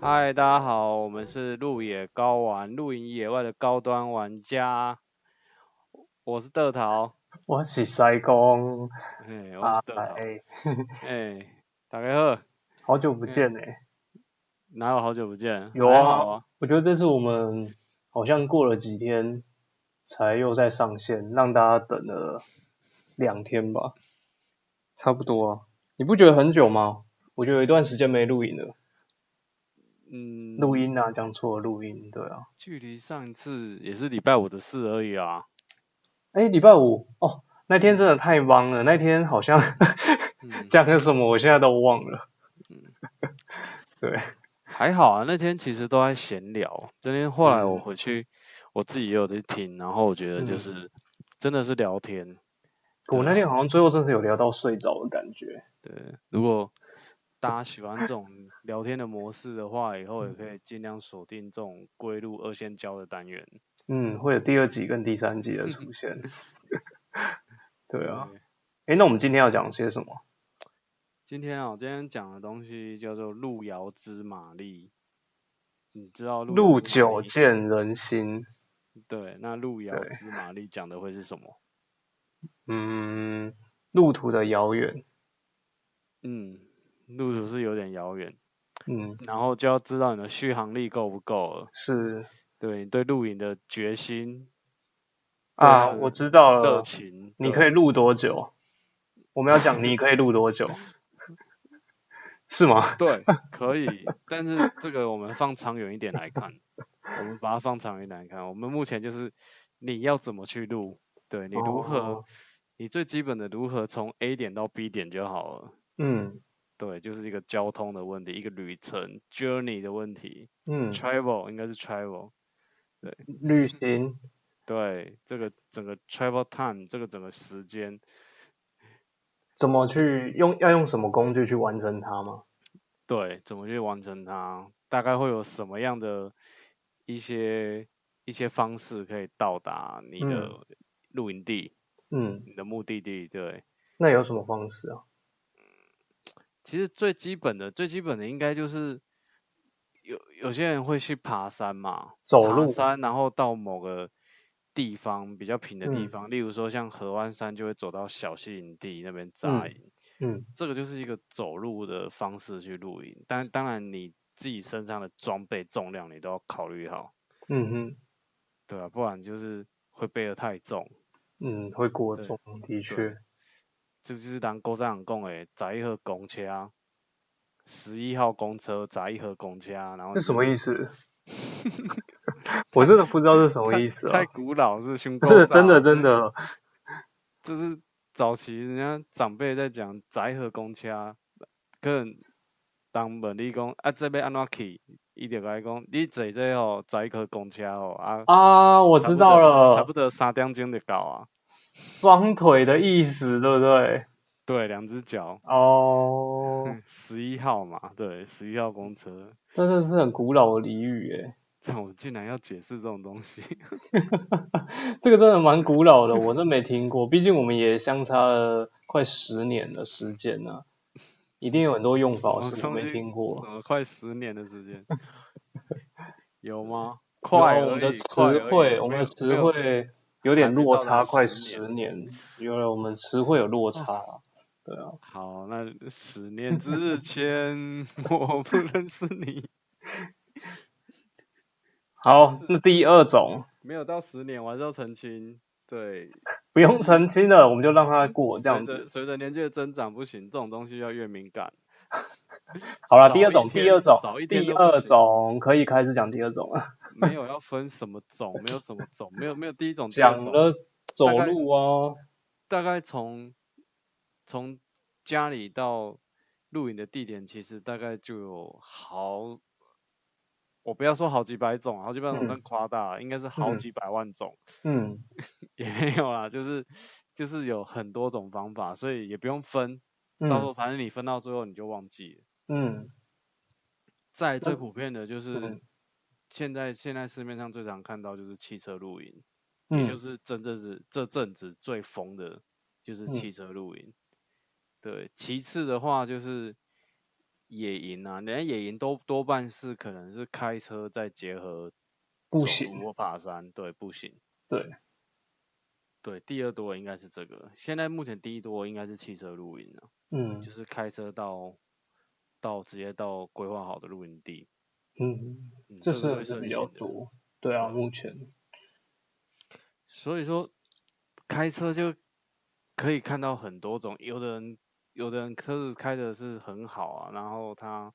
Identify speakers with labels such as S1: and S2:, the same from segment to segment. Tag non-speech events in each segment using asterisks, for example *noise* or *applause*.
S1: 嗨，大家好，我们是路野高玩，露营野外的高端玩家。我是德桃，
S2: 我是西公，
S1: 嘿，我
S2: 啊
S1: 是德桃，哎、
S2: 哎，
S1: 大家好，
S2: 好久不见哎、
S1: 哪有好久不见？
S2: 有
S1: 还
S2: 啊
S1: 好啊，
S2: 我觉得这次我们好像过了几天才又再上线，让大家等了两天吧，差不多啊。你不觉得很久吗？我觉得有一段时间没录影了，
S1: 嗯，
S2: 录音啊，讲错了，录音，对啊。
S1: 距离上一次也是礼拜五的事而已啊。
S2: 哎，礼拜五哦，那天真的太忙了，那天好像
S1: 嗯，
S2: *laughs* 讲了什么，我现在都忘了。
S1: 还好啊，那天其实都在闲聊。今天后来我
S2: 嗯
S1: 回去，我自己也有在听，然后我觉得就
S2: 嗯
S1: 是、真的是聊天。
S2: 我那天好像最后真是有聊到睡着的感觉。
S1: 对，如果大家喜欢这种聊天的模式的话，以后也可以尽量锁定这种归入二线交的单元。
S2: 嗯，会有第二集跟第三集的
S1: *laughs*
S2: 出现。对啊，
S1: 对，
S2: 诶，那我们今天要讲些什么？
S1: 今天啊、今天讲的东西叫做路遥知马力。你知道路
S2: 路
S1: 遥知马
S2: 久
S1: 力
S2: 见人心。
S1: 对，那路遥
S2: 对
S1: 知马力讲的会是什么？
S2: 嗯，路途的遥远。
S1: 嗯，路途是有点遥远，
S2: 嗯，
S1: 然后就要知道你的续航力够不够了，
S2: 是
S1: 对你对露营的决心、
S2: 啊，
S1: 对
S2: 我知道
S1: 热
S2: 了。
S1: 情，
S2: 你
S1: 对
S2: 可以录多久？我们要讲你可以录多久？是吗？
S1: 对，可以，但是这个我们放长远一点来看，我们把它放长远来看。我们目前就是你要怎么去录，对你如何，
S2: 哦
S1: 你最基本的如何从 A 点到 B 点就好了。
S2: 嗯
S1: 对，就是一个交通的问题，一个旅程 journey 的问题、
S2: 嗯，
S1: travel 应该是 travel。
S2: 旅行。
S1: 对，这个整个 travel time 这个整个时间，
S2: 怎么去用？要用什么工具去完成它吗？
S1: 对，怎么去完成它，大概会有什么样的一些一些方式可以到达你的
S2: 嗯
S1: 露营地、
S2: 嗯，
S1: 你的目的地？对，
S2: 那有什么方式啊？
S1: 其实最基本的、最基本的应该就是有有些人会去爬山嘛，
S2: 走
S1: 爬
S2: 路。
S1: 山然后到某个地方比较平的地
S2: 嗯
S1: 方，例如说像合湾山就会走到小溪营地那边扎
S2: 嗯
S1: 营。
S2: 嗯
S1: 这个就是一个走路的方式去露营，但当然你自己身上的装备重量你都要考虑好，
S2: 嗯嗯
S1: 对啊，不然就是会背得太重。
S2: 嗯，会过
S1: 对
S2: 重，的确。
S1: 这就是当高山人讲的，载一盒公车，啊十一号公车载一盒公车，啊然后你
S2: 这
S1: 就
S2: 什么
S1: 是 *laughs*
S2: 意思？我真的不知道是什么意思
S1: 太
S2: 啊！
S1: 古老
S2: *laughs*
S1: 是胸口
S2: 这真的真
S1: 罩，
S2: 的，
S1: 啊就是早期人家长辈在讲载一盒公车，啊可能当问你讲啊这要安怎去，伊就甲你讲你坐这吼、载一盒公车吼、啊。
S2: 啊，我
S1: 差
S2: 知
S1: 不
S2: 道
S1: 多
S2: 了，
S1: 差不多三点钟就到啊。
S2: 双腿的意思，对不对？
S1: 对，两只脚，
S2: 哦，
S1: 十一号嘛，对，十一号公车。
S2: 真的是很古老的俚语诶，
S1: 这样我竟然要解释这种东西，
S2: 这个真的蛮古老的，我真没听过。毕竟我们也相差了快十年的时间呢、一定有很多用法
S1: 什么
S2: 是
S1: 东
S2: 我没
S1: 西
S2: 听过
S1: 怎。么快十年的时
S2: *laughs*
S1: 间？有吗？快
S2: 有啊我
S1: 而
S2: 们的
S1: 已，快
S2: 词
S1: 而已
S2: 汇，我
S1: 没有
S2: 们的
S1: 没
S2: 词
S1: 有
S2: 汇有点落差，快
S1: 还
S2: 十
S1: 没
S2: 年。原来我们词汇有
S1: 哦
S2: 落差，对啊，
S1: 好，那十年之日前，我不认识你， *laughs*
S2: 好，那第二种
S1: 没有到十年，我还是要澄清。对，
S2: 不用澄清了，我们就让它过这
S1: 随
S2: 样
S1: 着
S2: 子。
S1: 随着年纪的增长，不行，这种东西要越敏
S2: *laughs*
S1: 感。
S2: 好了，
S1: 少
S2: 第二
S1: 一
S2: 种，
S1: 天
S2: 第二种
S1: 少一，天
S2: 第
S1: 都不行
S2: 二种可以开始讲第二种了。
S1: 没有要分什么
S2: *laughs*
S1: 种，没有什么种，没有没有第一种第二
S2: 讲
S1: 种
S2: 了走
S1: 大概
S2: 路啊，
S1: 大概从从家里到露营的地点，其实大概就有好，我不要说好几百种，好几百种
S2: 嗯
S1: 更夸大了，应该是好
S2: 嗯
S1: 几百万种， *laughs*
S2: 嗯
S1: 也没有啦，就是就是有很多种方法，所以也不用分，到时
S2: 嗯
S1: 候反正你分到最后你就忘记了。
S2: 嗯
S1: 再来最
S2: 那
S1: 普遍的就是
S2: 嗯
S1: 现在现在市面上最常看到就是汽车露营。也就
S2: 嗯
S1: 是这阵子这阵子最疯的就是
S2: 嗯
S1: 汽车露营。对，其次的话就是野营啊，人家野营都多半是可能是开车再结合
S2: 步
S1: 走
S2: 行，
S1: 路或爬山，对，步行。
S2: 对。
S1: 对，第二多的应该是这个。现在目前第一多的应该是汽车露营啊，
S2: 嗯
S1: 就是开车到到直接到规划好的露营地。
S2: 嗯，
S1: 嗯，
S2: 这
S1: 个
S2: 是
S1: 会
S2: 是
S1: 盛
S2: 比较
S1: 行的。
S2: 多，对啊，目前
S1: 所以说，开车就可以看到很多种，有的人有的人车子开的是很好啊，然后他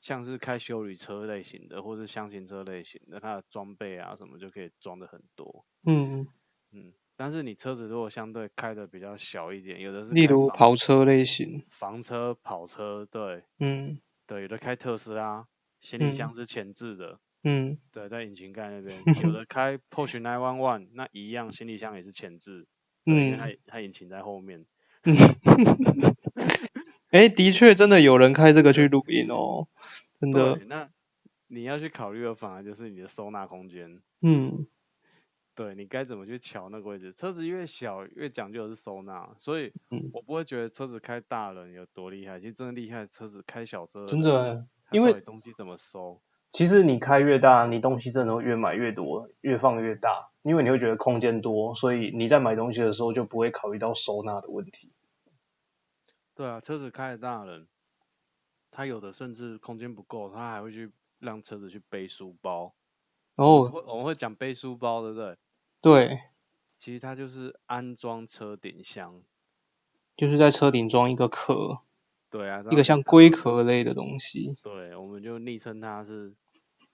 S1: 像是开修理车类型的，或是箱型车类型的，它的装备啊什么就可以装的很多。
S2: 嗯，
S1: 嗯，但是你车子如果相对开的比较小一点，有的是
S2: 例
S1: 开
S2: 如
S1: 房
S2: 跑车类型，
S1: 房车、跑车，对
S2: 嗯
S1: 对，有的开特斯拉，行李
S2: 嗯
S1: 箱是前置的，
S2: 嗯
S1: 对，在引擎盖那边，有的
S2: *laughs*
S1: 开 Porsche 911，那一样行李箱也是前置，对因为它
S2: 嗯，
S1: 也它引擎在后面，
S2: 诶，的确真的有人开这个去录音哦，真的
S1: 对，，那你要去考虑的反而就是你的收纳空间，
S2: 嗯
S1: 对你该怎么去调那个位置，车子越小越讲究的是收纳，所以
S2: 嗯，
S1: 我不会觉得车子开大人有多厉害，其实真的厉害，车子开小车
S2: 真
S1: 人
S2: 的欸，
S1: 他
S2: 因
S1: 到
S2: 为
S1: 底东西怎么收，
S2: 其实你开越大，你东西真的会越买越多，越放越大，因为你会觉得空间多，所以你在买东西的时候就不会考虑到收纳的问题。
S1: 对啊，车子开的大人，他有的甚至空间不够，他还会去让车子去背书包，我们
S2: 哦，
S1: 会我们会讲背书包，对不对？
S2: 对，
S1: 其实它就是安装车顶箱，
S2: 就是在车顶装一个壳，
S1: 对啊，
S2: 一个像龟，壳类的东西。
S1: 对，我们就昵称它是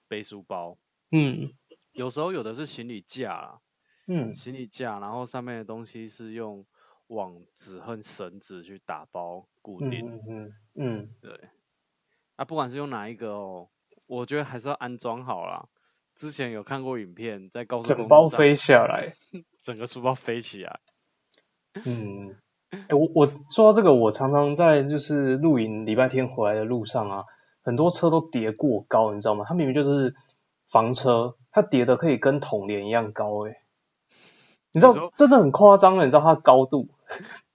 S1: 背书包。
S2: 嗯
S1: 有时候有的是行李架啦，
S2: 嗯
S1: 行李架，然后上面的东西是用网子和绳子去打包固
S2: 嗯
S1: 定。
S2: 嗯嗯嗯，
S1: 对，啊，不管是用哪一个哦，我觉得还是要安装好啦。之前有看过影片，在高速
S2: 整
S1: 公
S2: 包
S1: 路上，
S2: 飞下来。
S1: 整个书包飞起来。
S2: 嗯，哎，我我说到这个，我常常在就是露营礼拜天回来的路上啊，很多车都叠过高，你知道吗？它明明就是房车，它叠的可以跟桶帘一样高、欸，哎，你知
S1: 你
S2: 道
S1: 说
S2: 真的很夸张的，你知道它的高度，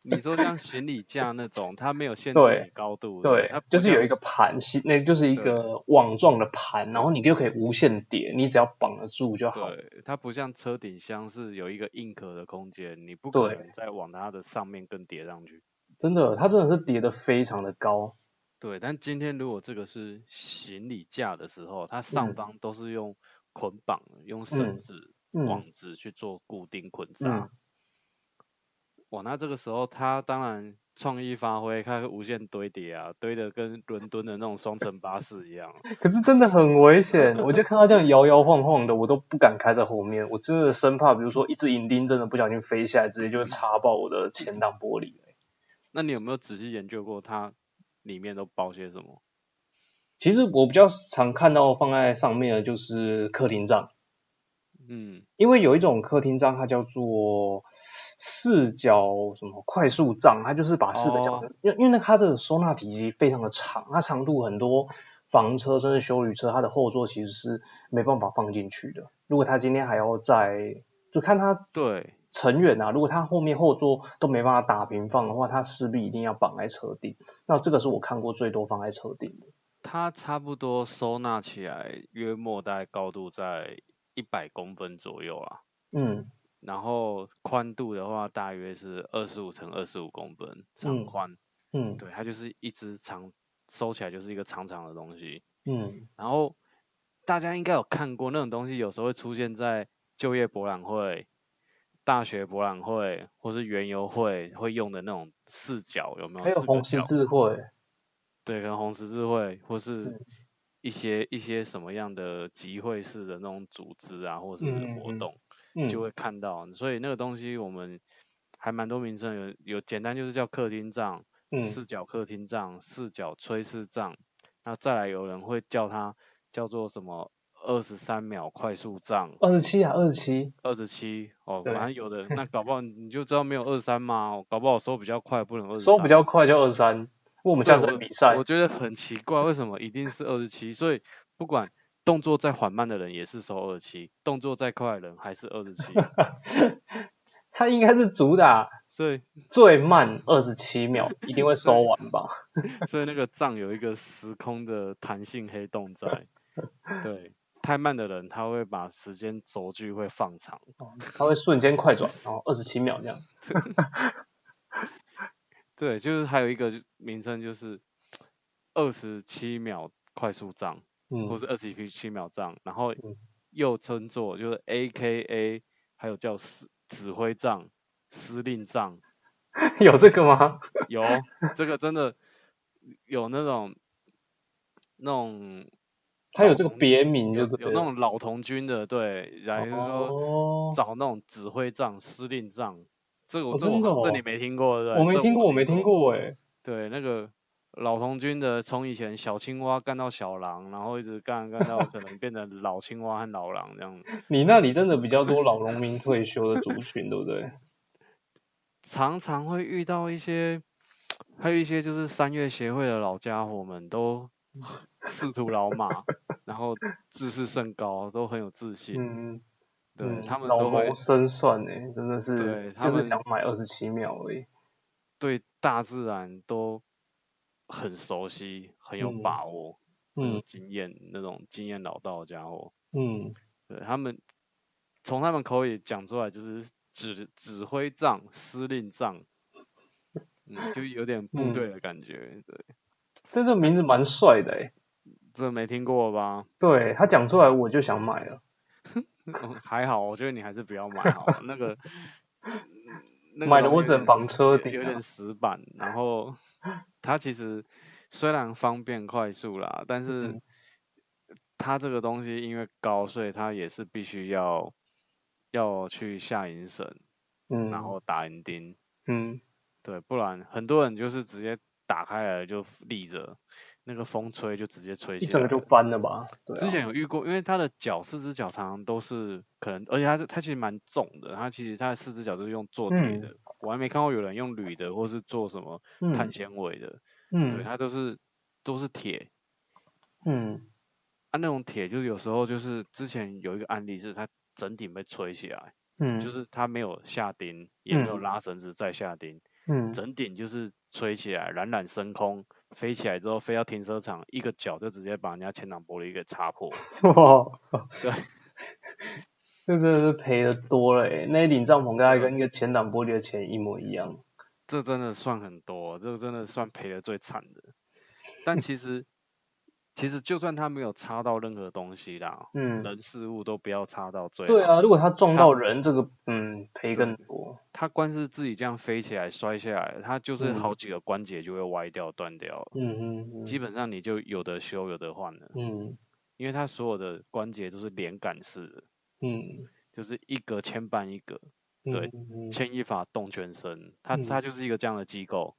S1: 你说像行李架那种，它没有限制
S2: 对
S1: 你高度，对不对，
S2: 对
S1: 它，不
S2: 就是有
S1: 像
S2: 一个盘，是那就是一
S1: 对
S2: 个网状的盘，然后你就可以无限叠，你只要绑得住就好。
S1: 对，它不像车顶箱是有一个硬壳的空间，你不可
S2: 对
S1: 能再往它的上面更叠上去。
S2: 真的，它真的是叠的非常的高，
S1: 对，但今天如果这个是行李架的时候，它
S2: 嗯
S1: 上方都是用捆绑的，用绳
S2: 嗯
S1: 子、
S2: 嗯
S1: 网子去做固定捆
S2: 嗯
S1: 扎。哇，那这个时候它当然创意发挥，它会无限堆叠啊，堆的跟伦敦的那种双层巴士一样。啊
S2: 可是真的很危险，我就看他这样摇摇晃晃的，我都不敢开在后面，我真的生怕，比如说一只银钉真的不小心飞下来，直接就会插爆我的前挡玻璃。
S1: 那你有没有仔细研究过它里面都包些什么？
S2: 其实我比较常看到放在上面的就是客厅帐，
S1: 嗯，
S2: 因为有一种客厅帐，它叫做四角什么快速帐，它就是把四个角
S1: 哦，
S2: 因为因为那它的收纳体积非常的长，它长度很多房车甚至休旅车，它的后座其实是没办法放进去的。如果它今天还要再就看它
S1: 对。
S2: 成员啊，如果它后面后座都没办法打平放的话，它势必一定要绑在车顶。那这个是我看过最多放在车顶的。
S1: 它差不多收纳起来，约莫大概高度在一百公分左右啦。
S2: 嗯
S1: 然后宽度的话，大约是二十五乘二十五公分长
S2: 嗯
S1: 宽。
S2: 嗯
S1: 对，它就是一只长，收起来就是一个长长的东西。
S2: 嗯，
S1: 然后大家应该有看过那种东西，有时候会出现在就业博览会、大学博览会或是园游会会用的那种四角，有没有？
S2: 还有
S1: 啊四个
S2: 红十
S1: 角。
S2: 字会，
S1: 对，跟红十字会或是
S2: 嗯
S1: 一些一些什么样的集会式的那种组织啊，或是
S2: 嗯嗯
S1: 活
S2: 嗯
S1: 动，就
S2: 嗯
S1: 会看到。所以那个东西我们还蛮多名称有有，简单就是叫客厅帐、
S2: 嗯
S1: 四角客厅帐、四角炊事帐，那再来有人会叫它叫做什么二十三秒快速帐。
S2: 二十七啊二十七，
S1: 二十七哦，
S2: 对
S1: 反正有的
S2: *laughs*
S1: 那搞不好你就知道没有二十三嘛，搞不好手比较快，不能二十
S2: 收
S1: 三。
S2: 比较快就二十三，因为我们
S1: 对
S2: 下次在
S1: 我，
S2: 比赛
S1: 我，觉得很奇怪，为什么一定是二十七？所以不管动作
S2: *laughs*
S1: 再缓慢的人也是收二十七，动作再快的人还是二十七。
S2: 它应该是主打
S1: 所以
S2: 最慢二十七秒，一定会收完吧？
S1: 所以那个仗有一个时空的弹性黑洞在，对，太慢的人他会把时间轴距会放长，
S2: 它会瞬间快转，然后二十七秒这样。
S1: 对，就是还有一个就名称就是二十七秒快速仗，或
S2: 嗯
S1: 是二十七秒仗，然后
S2: 嗯
S1: 又称作就是 A K A，还有叫指指挥仗、司令仗，
S2: *laughs* 有这个吗？
S1: 有这个真的有那种那种
S2: 它有这个别名
S1: 有
S2: 就
S1: 有
S2: 对
S1: 那
S2: 了。
S1: 种老童军的，对，然后就是说
S2: 哦，
S1: 找那种指挥仗、司令仗，这个我、
S2: 哦
S1: 这我
S2: 真的
S1: 这
S2: 哦
S1: 你没听过对不对？
S2: 我没
S1: 这
S2: 听过，我没听。过哎、
S1: 对，那个老童军的，从以前小青蛙干到小狼，然后一直干干到可能变成老青蛙和老狼这样。
S2: 你那里真的比较多老农民退休的族群，对不对？
S1: 常常会遇到一些，还有一些就是三月协会的老家伙们都
S2: 嗯
S1: *laughs* 仕途老马，然后自视甚高，都很有自信，
S2: 嗯，
S1: 对、
S2: 嗯
S1: 他们
S2: 老
S1: 都会
S2: 谋深算哎、真的是
S1: 对，他
S2: 就是
S1: 们
S2: 想买二十七秒而已。
S1: 对大自然都很熟悉，很有
S2: 嗯
S1: 把握，很有
S2: 嗯
S1: 经验那种经验老道的家伙，
S2: 嗯，
S1: 对他们从他们口里讲出来就是指指挥仗、司令仗，嗯，就有点部
S2: 嗯
S1: 队的感觉，对。
S2: 这这名字蛮帅的哎、
S1: 这没听过吧？
S2: 对他讲出来我就想买了，
S1: 嗯还好，我觉得你还是不要买好
S2: *laughs*
S1: 了，那个那个
S2: 买了
S1: 东
S2: 我
S1: 西
S2: 只
S1: 有点
S2: 能绑
S1: 死
S2: 车
S1: 有有
S2: 顶、啊
S1: 点。死板。然
S2: *laughs*
S1: 后它其实虽然方便快速啦，但是
S2: 嗯
S1: 它这个东西因为高，所以它也是必须要要去下引绳，
S2: 嗯，
S1: 然后打银钉，
S2: 嗯，
S1: 对，不然很多人就是直接打开来就立着，那个风吹就直接吹
S2: 一
S1: 下
S2: 整
S1: 来
S2: 个就
S1: 了。
S2: 翻了吧？对
S1: 之
S2: 啊，
S1: 前有遇过，因为它的脚四只脚常常都是可能，而且它是它其实蛮重的，它其实它的四只脚都是用做铁
S2: 嗯
S1: 的，我还没看过有人用铝的或是做什么碳
S2: 嗯
S1: 纤维的，对，
S2: 嗯
S1: 它都是都是铁，
S2: 嗯，
S1: 啊那种铁就是有时候就是之前有一个案例是它整顶被吹起来，
S2: 嗯，
S1: 就是它没有下钉，也没有
S2: 嗯
S1: 拉绳子再下钉，
S2: 嗯 *laughs*
S1: 整顶就是吹起来冉冉升空，飞起来之后飞到停车场，一个脚就直接把人家前挡玻璃给擦破。
S2: 哇，
S1: 对，
S2: 那真的是赔的多了诶、那一顶帐篷大概跟一个前挡玻璃的钱一模一样。
S1: 这真的算很多，这个真的算赔的最惨的。但其实，其实就算他没有擦到任何东西啦，
S2: 嗯，
S1: 人事物都不要擦到最好。
S2: 对啊，如果他撞
S1: 他
S2: 到人，这个嗯赔更多。
S1: 他光是自己这样飞起来摔下来，他就是
S2: 嗯
S1: 好几个关节就会歪掉断掉了，
S2: 嗯嗯
S1: 基本上你就有的修有的换了，
S2: 嗯
S1: 因为他所有的关节都是连杆式的，
S2: 嗯
S1: 就是一格牵绊一格，
S2: 嗯，
S1: 对
S2: 嗯，
S1: 牵一发动全身，他他就是一个这样的机构。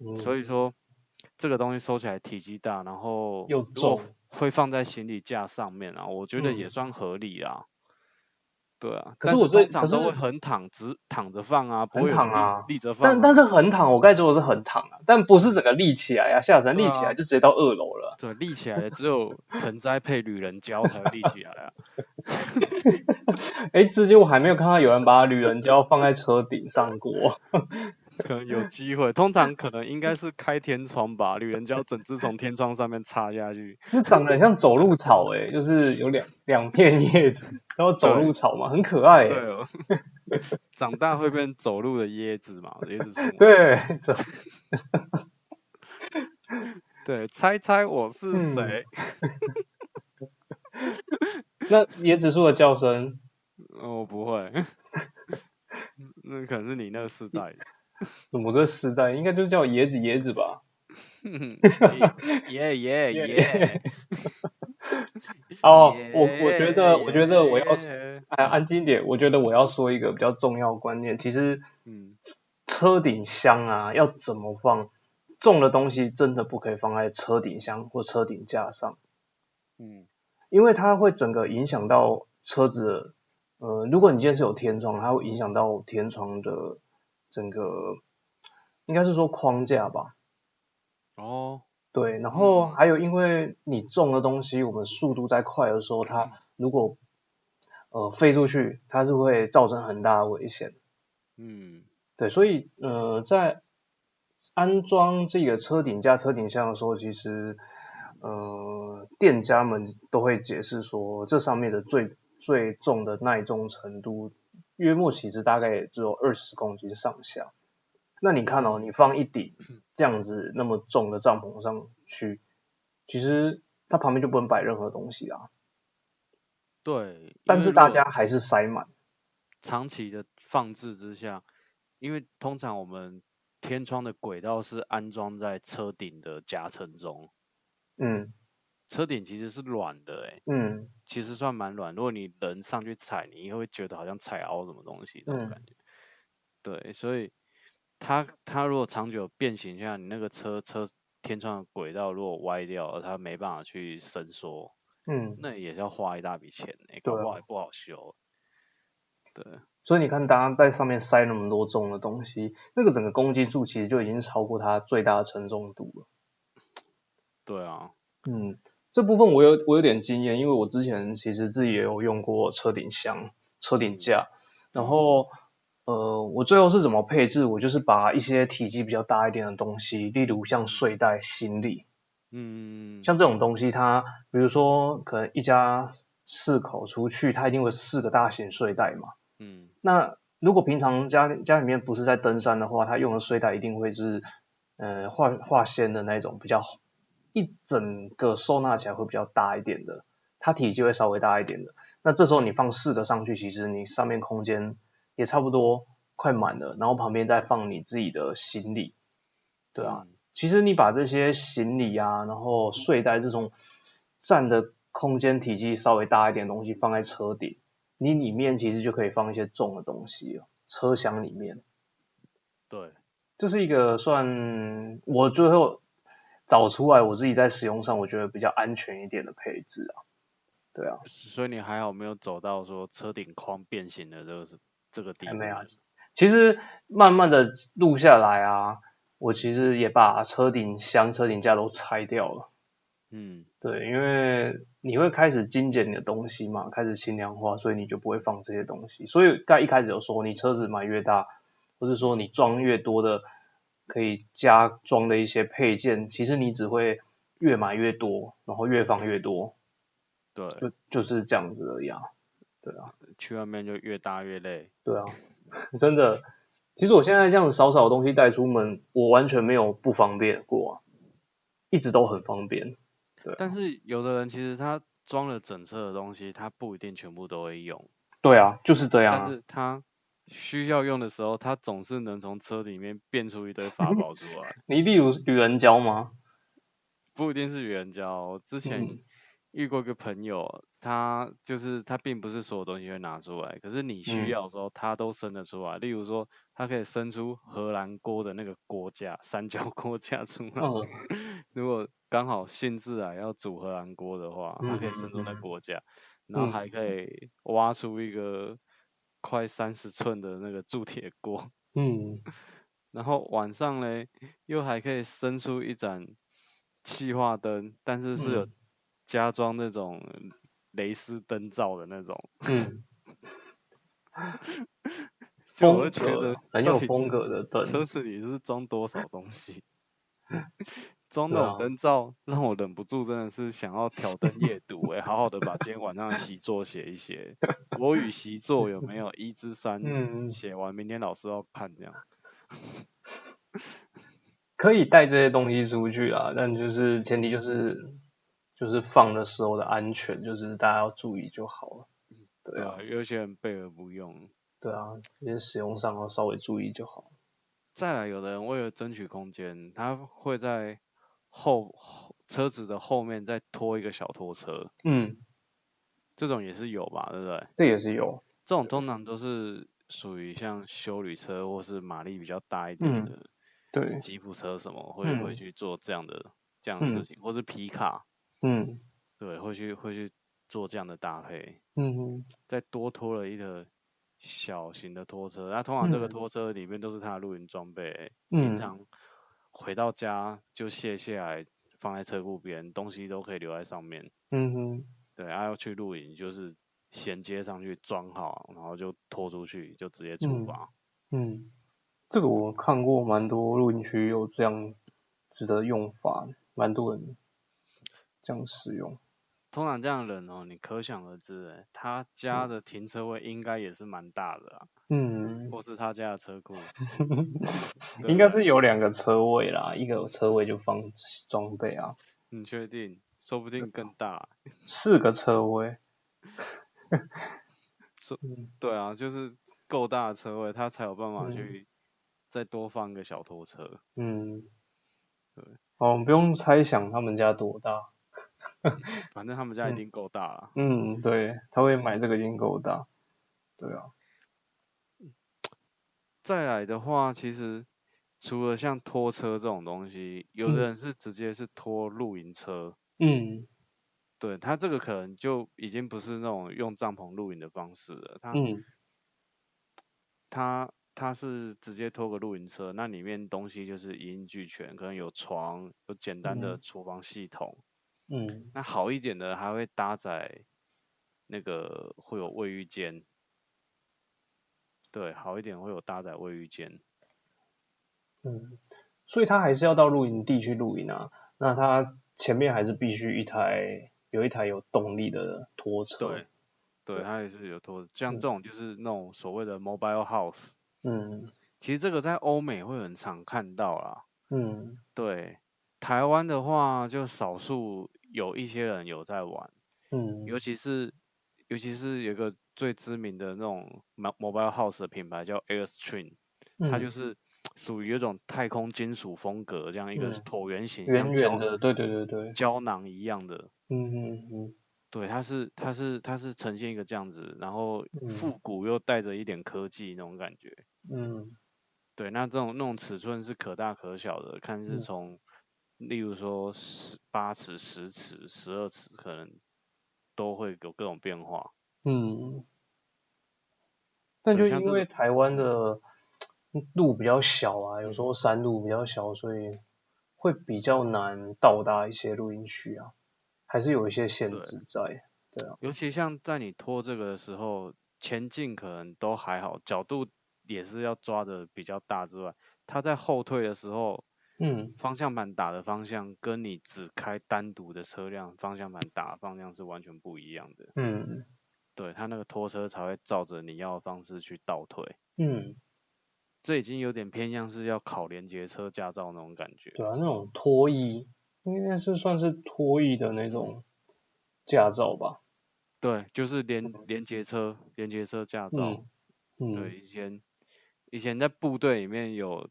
S2: 嗯
S1: 所以说这个东西收起来体积大，然后
S2: 又
S1: 如果
S2: 重
S1: 会放在行李架上面啊，我觉得也
S2: 嗯
S1: 算合理啊。对啊，
S2: 可
S1: 但
S2: 是我最
S1: 通常
S2: 可
S1: 都
S2: 是
S1: 会横躺直躺着放啊，不
S2: 横
S1: 会有
S2: 躺
S1: 立
S2: 啊
S1: 立着放啊、
S2: 但但是横躺，我刚才说的是横躺啊，但不是整个立起来啊，下绳
S1: 对
S2: 立
S1: 啊
S2: 起来就直接到二楼了。
S1: 对，立起来的只有盆栽配女人胶才会立起来啊。
S2: 哎，至今我还没有看到有人把旅人胶放在车顶上过。
S1: 可能有机会，通常可能应该是开天窗吧，女人胶整只从天窗上面插下去。
S2: 就长得很像走路草诶、就是有两两片叶子，然后走路草嘛，很可爱、
S1: 对
S2: 欸。
S1: 哦，长大会变走路的椰子嘛，椰子树嘛。
S2: 对，走
S1: 对，猜猜我是
S2: 嗯
S1: 谁？
S2: 那椰子树的叫声，
S1: 哦，我不
S2: *laughs*
S1: 会，那可能是你那个世代 *laughs* 的。
S2: 我这时代应该就叫椰子椰子吧？
S1: 耶
S2: *laughs*
S1: 耶
S2: 耶
S1: 耶！
S2: 哦，我我觉得我觉得我要
S1: 耶
S2: 哎安静一点，我觉得我要说一个比较重要观念，其实
S1: 嗯，
S2: 车顶箱啊要怎么放，重的东西真的不可以放在车顶箱或车顶架上。
S1: 嗯
S2: 因为它会整个影响到车子的，呃，如果你今天是有天窗，它会影响到天窗的整个，应该是说框架吧，
S1: 哦，
S2: 对。然后
S1: 嗯
S2: 还有，因为你重的东西，我们速度在快的时候，它如果呃飞出去，它是会造成很大的危险。
S1: 嗯，
S2: 对，所以呃，在安装这个车顶架、车顶箱的时候，其实呃，店家们都会解释说，这上面的最最重的耐重程度，约莫其实大概也只有二十公斤上下。那你看哦，你放一
S1: *laughs*
S2: 顶这样子那么重的帐篷上去，其实它旁边就不能摆任何东西啊。
S1: 对。因
S2: 但
S1: 为
S2: 是
S1: 如
S2: 大
S1: 果
S2: 家还是塞满，
S1: 长期的放置之下，因为通常我们天窗的轨道是安装在车顶的夹层中，
S2: 嗯
S1: 车顶其实是软的、欸，
S2: 嗯
S1: 其实算蛮软。如果你人上去踩，你会觉得好像踩凹什么东西那种
S2: 嗯
S1: 感觉。对，所以它它如果长久变形下，你那个车车天窗的轨道如果歪掉了，它没办法去伸缩，
S2: 嗯，
S1: 那也是要花一大笔钱诶、
S2: 对
S1: 搞不好
S2: 啊
S1: 也不好修。对，
S2: 所以你看，大家在上面塞那么多重的东西，那个整个公斤数其实就已经超过它最大的承重度了。
S1: 对啊，
S2: 嗯，这部分我有我有点经验，因为我之前其实自己也有用过车顶箱、车顶架，然后呃，我最后是怎么配置？我就是把一些体积比较大一点的东西，例如像睡袋、行李，
S1: 嗯，
S2: 像这种东西它，比如说可能一家四口出去，它一定会有四个大型睡袋嘛。
S1: 嗯
S2: 那如果平常家家里面不是在登山的话，他用的睡袋一定会是，呃，化化纤的那种比较，一整个收纳起来会比较大一点的，它体积会稍微大一点的。那这时候你放四个上去，其实你上面空间也差不多快满了，然后旁边再放你自己的行李，对啊，
S1: 嗯
S2: 其实你把这些行李啊，然后睡袋这种占的空间体积稍微大一点的东西放在车顶，你里面其实就可以放一些重的东西了。车厢里面，
S1: 对，
S2: 这是一个算我最后找出来我自己在使用上我觉得比较安全一点的配置啊。对啊，
S1: 所以你还好没有走到说车顶框变形的这个是这个地
S2: 还
S1: 步。
S2: 没啊有其实慢慢的录下来啊，我其实也把车顶箱、车顶架都拆掉了。
S1: 嗯，
S2: 对，因为你会开始精简你的东西嘛，开始轻量化，所以你就不会放这些东西。所以刚才一开始有说，你车子买越大，或是说你装越多的可以加装的一些配件，其实你只会越买越多，然后越放越多，
S1: 对，
S2: 就就是这样子而已啊。对啊，
S1: 去外面就越搭越累。
S2: 对啊， *laughs* 真的。其实我现在这样子少少的东西带出门，我完全没有不方便过啊，一直都很方便。
S1: 但
S2: 哦
S1: 是有的人其实他装了整车的东西，他不一定全部都会用，
S2: 对啊，就是这样啊。
S1: 但是他需要用的时候，他总是能从车里面变出一堆法宝出来，
S2: 你例如女人胶吗？
S1: 不一定是原胶。我哦之前
S2: 嗯
S1: 遇过一个朋友，他就是他并不是所有东西会拿出来，可是你需
S2: 嗯
S1: 要的时候，他都生得出来。例如说，他可以生出荷兰锅的那个锅架，三角锅架出来。
S2: 嗯，
S1: 如果刚好兴致啊要煮荷兰锅的话，它可以生出那
S2: 嗯嗯嗯
S1: 锅架，然后
S2: 嗯
S1: 还可以挖出一个快三十寸的那个铸铁锅， *laughs*
S2: 嗯，
S1: 然后晚上嘞又还可以生出一盏气化灯，但是是有
S2: 嗯
S1: 加装那种蕾丝灯罩的那种，
S2: 嗯，
S1: *laughs* 就
S2: 风
S1: 我
S2: 格
S1: 会觉得
S2: 很
S1: 到
S2: 有
S1: 底
S2: 风
S1: 是
S2: 格的
S1: 车
S2: 灯，
S1: 子里是装多少东
S2: *laughs*
S1: 西？
S2: 啊
S1: 装
S2: 对
S1: 那种
S2: 啊
S1: 灯罩，让我忍不住真的是想要挑灯夜读、欸，好好的把今天晚上的习作写一写，国语习作有没有
S2: *laughs*
S1: 一至三
S2: 嗯，
S1: 写完，明天老师要看这样。
S2: 可以带这些东西出去啊，但就是前提就是就是放的时候的安全，就是大家要注意就好了。对
S1: 对
S2: 啊
S1: 啊，，有些人备而不用。
S2: 对啊，这些使用上要稍微注意就好。
S1: 再来，有的人为了争取空间，他会在后后车子的后面再拖一个小拖车，
S2: 嗯，
S1: 这种也是有吧，对不对？
S2: 这也是有，
S1: 这种通常都是属于像修旅车或是马力比较大一点
S2: 嗯
S1: 的
S2: 对，
S1: 吉普车什么，会会
S2: 嗯
S1: 去做这样的这样的事
S2: 嗯
S1: 情，或是皮卡，
S2: 嗯
S1: 对，会去会去做这样的搭配，
S2: 嗯
S1: 再多拖了一个小型的拖车，那通常这个
S2: 嗯
S1: 拖车里面都是他的露营装备，欸平
S2: 嗯
S1: 常回到家就卸下来放在车库边，东西都可以留在上面，啊
S2: 嗯
S1: 对，还、要去露营就是衔接上去装好，然后就拖出去，就直接出
S2: 嗯
S1: 发。
S2: 嗯，这个我看过蛮多露营区有这样子的用法，蛮多人这样使用。
S1: 通常这样的人哦，你可想而知欸，他家的停车位应该也是蛮大的啊，
S2: 嗯，。
S1: 或是他家的车库
S2: 应该是有两个车位啦，一个车位就放装备啊，
S1: 对你确定？说不定更大。
S2: 四个
S1: *laughs*
S2: 车位。
S1: 对啊，就是够大的车位，他才有办法
S2: 嗯
S1: 去再多放一个小拖车。
S2: 嗯
S1: 对，
S2: 哦，不用猜想他们家多大。
S1: 反正他们家一
S2: 嗯
S1: 定够大啦。
S2: 嗯，对，他会买这个已经够大。对啊，
S1: 再来的话，其实除了像拖车这种东西，有的
S2: 嗯
S1: 人是直接是拖露营车，
S2: 嗯
S1: 对他这个可能就已经不是那种用帐篷露营的方式了，他
S2: 嗯
S1: 他他是直接拖个露营车，那里面东西就是一应俱全，可能有床，有简单的
S2: 嗯
S1: 厨房系统，
S2: 嗯
S1: 那好一点的还会搭载那个会有卫浴间，对，好一点会有搭载卫浴间，
S2: 嗯，所以他还是要到露营地去露营啊。那他前面还是必须一台有一台有动力的拖车。
S1: 对，对，
S2: 对
S1: 它也是有拖的，像这
S2: 嗯
S1: 种就是那种所谓的 mobile house，
S2: 嗯
S1: 其实这个在欧美会很常看到啦。
S2: 嗯
S1: 对，台湾的话就少数有一些人有在玩，
S2: 嗯
S1: 尤其是尤其是有一个最知名的那种 mo- mobile house 的品牌叫 Airstream，它就
S2: 嗯
S1: 是属于有一种太空金属风格这样一个
S2: 嗯
S1: 椭圆形，
S2: 圆
S1: 像胶
S2: 圆的，对对对对，
S1: 胶囊一样的。
S2: 嗯嗯嗯
S1: 对，它是它是它是呈现一个这样子，然后
S2: 嗯
S1: 复古又带着一点科技那种感觉。
S2: 嗯
S1: 对，那这种那种尺寸是可大可小的，看是
S2: 嗯
S1: 从，例如说十八尺、十尺、十二尺，可能都会有各种变化。
S2: 嗯。但就
S1: 对像
S2: 因
S1: 这
S2: 为台湾的路比较小啊，有时候山路比较小，所以会比较难到达一些露营区啊，还是有一些限
S1: 对
S2: 制在。
S1: 尤其像在你拖这个的时候，前进可能都还好，角度也是要抓的比较大之外，它在后退的时候，
S2: 嗯
S1: 方向盘打的方向跟你只开单独的车辆方向盘打的方向是完全不一样的。
S2: 嗯
S1: 对，它那个拖车才会照着你要的方式去倒退。
S2: 嗯，
S1: 这已经有点偏向是要考连接车驾照那种感觉。
S2: 对啊，那种拖曳应该是算是拖曳的那种驾照吧。
S1: 对，就是连连接车、连接车驾照。
S2: 嗯
S1: 对，以前以前在部队里面有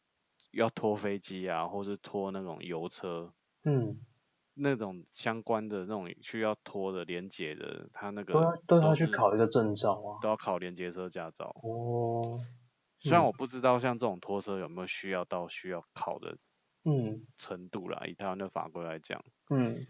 S1: 要拖飞机啊，或是拖那种油车，
S2: 嗯，
S1: 那种相关的那种需要拖的连接的，他那
S2: 都要
S1: 个
S2: 都
S1: 都
S2: 要去
S1: 是
S2: 考一个证照啊。
S1: 都要考连接车驾照。
S2: 哦，
S1: 虽然
S2: 嗯
S1: 我不知道像这种拖车有没有需要到需要考的
S2: 嗯
S1: 程度啦，以台湾的法规来讲。
S2: 嗯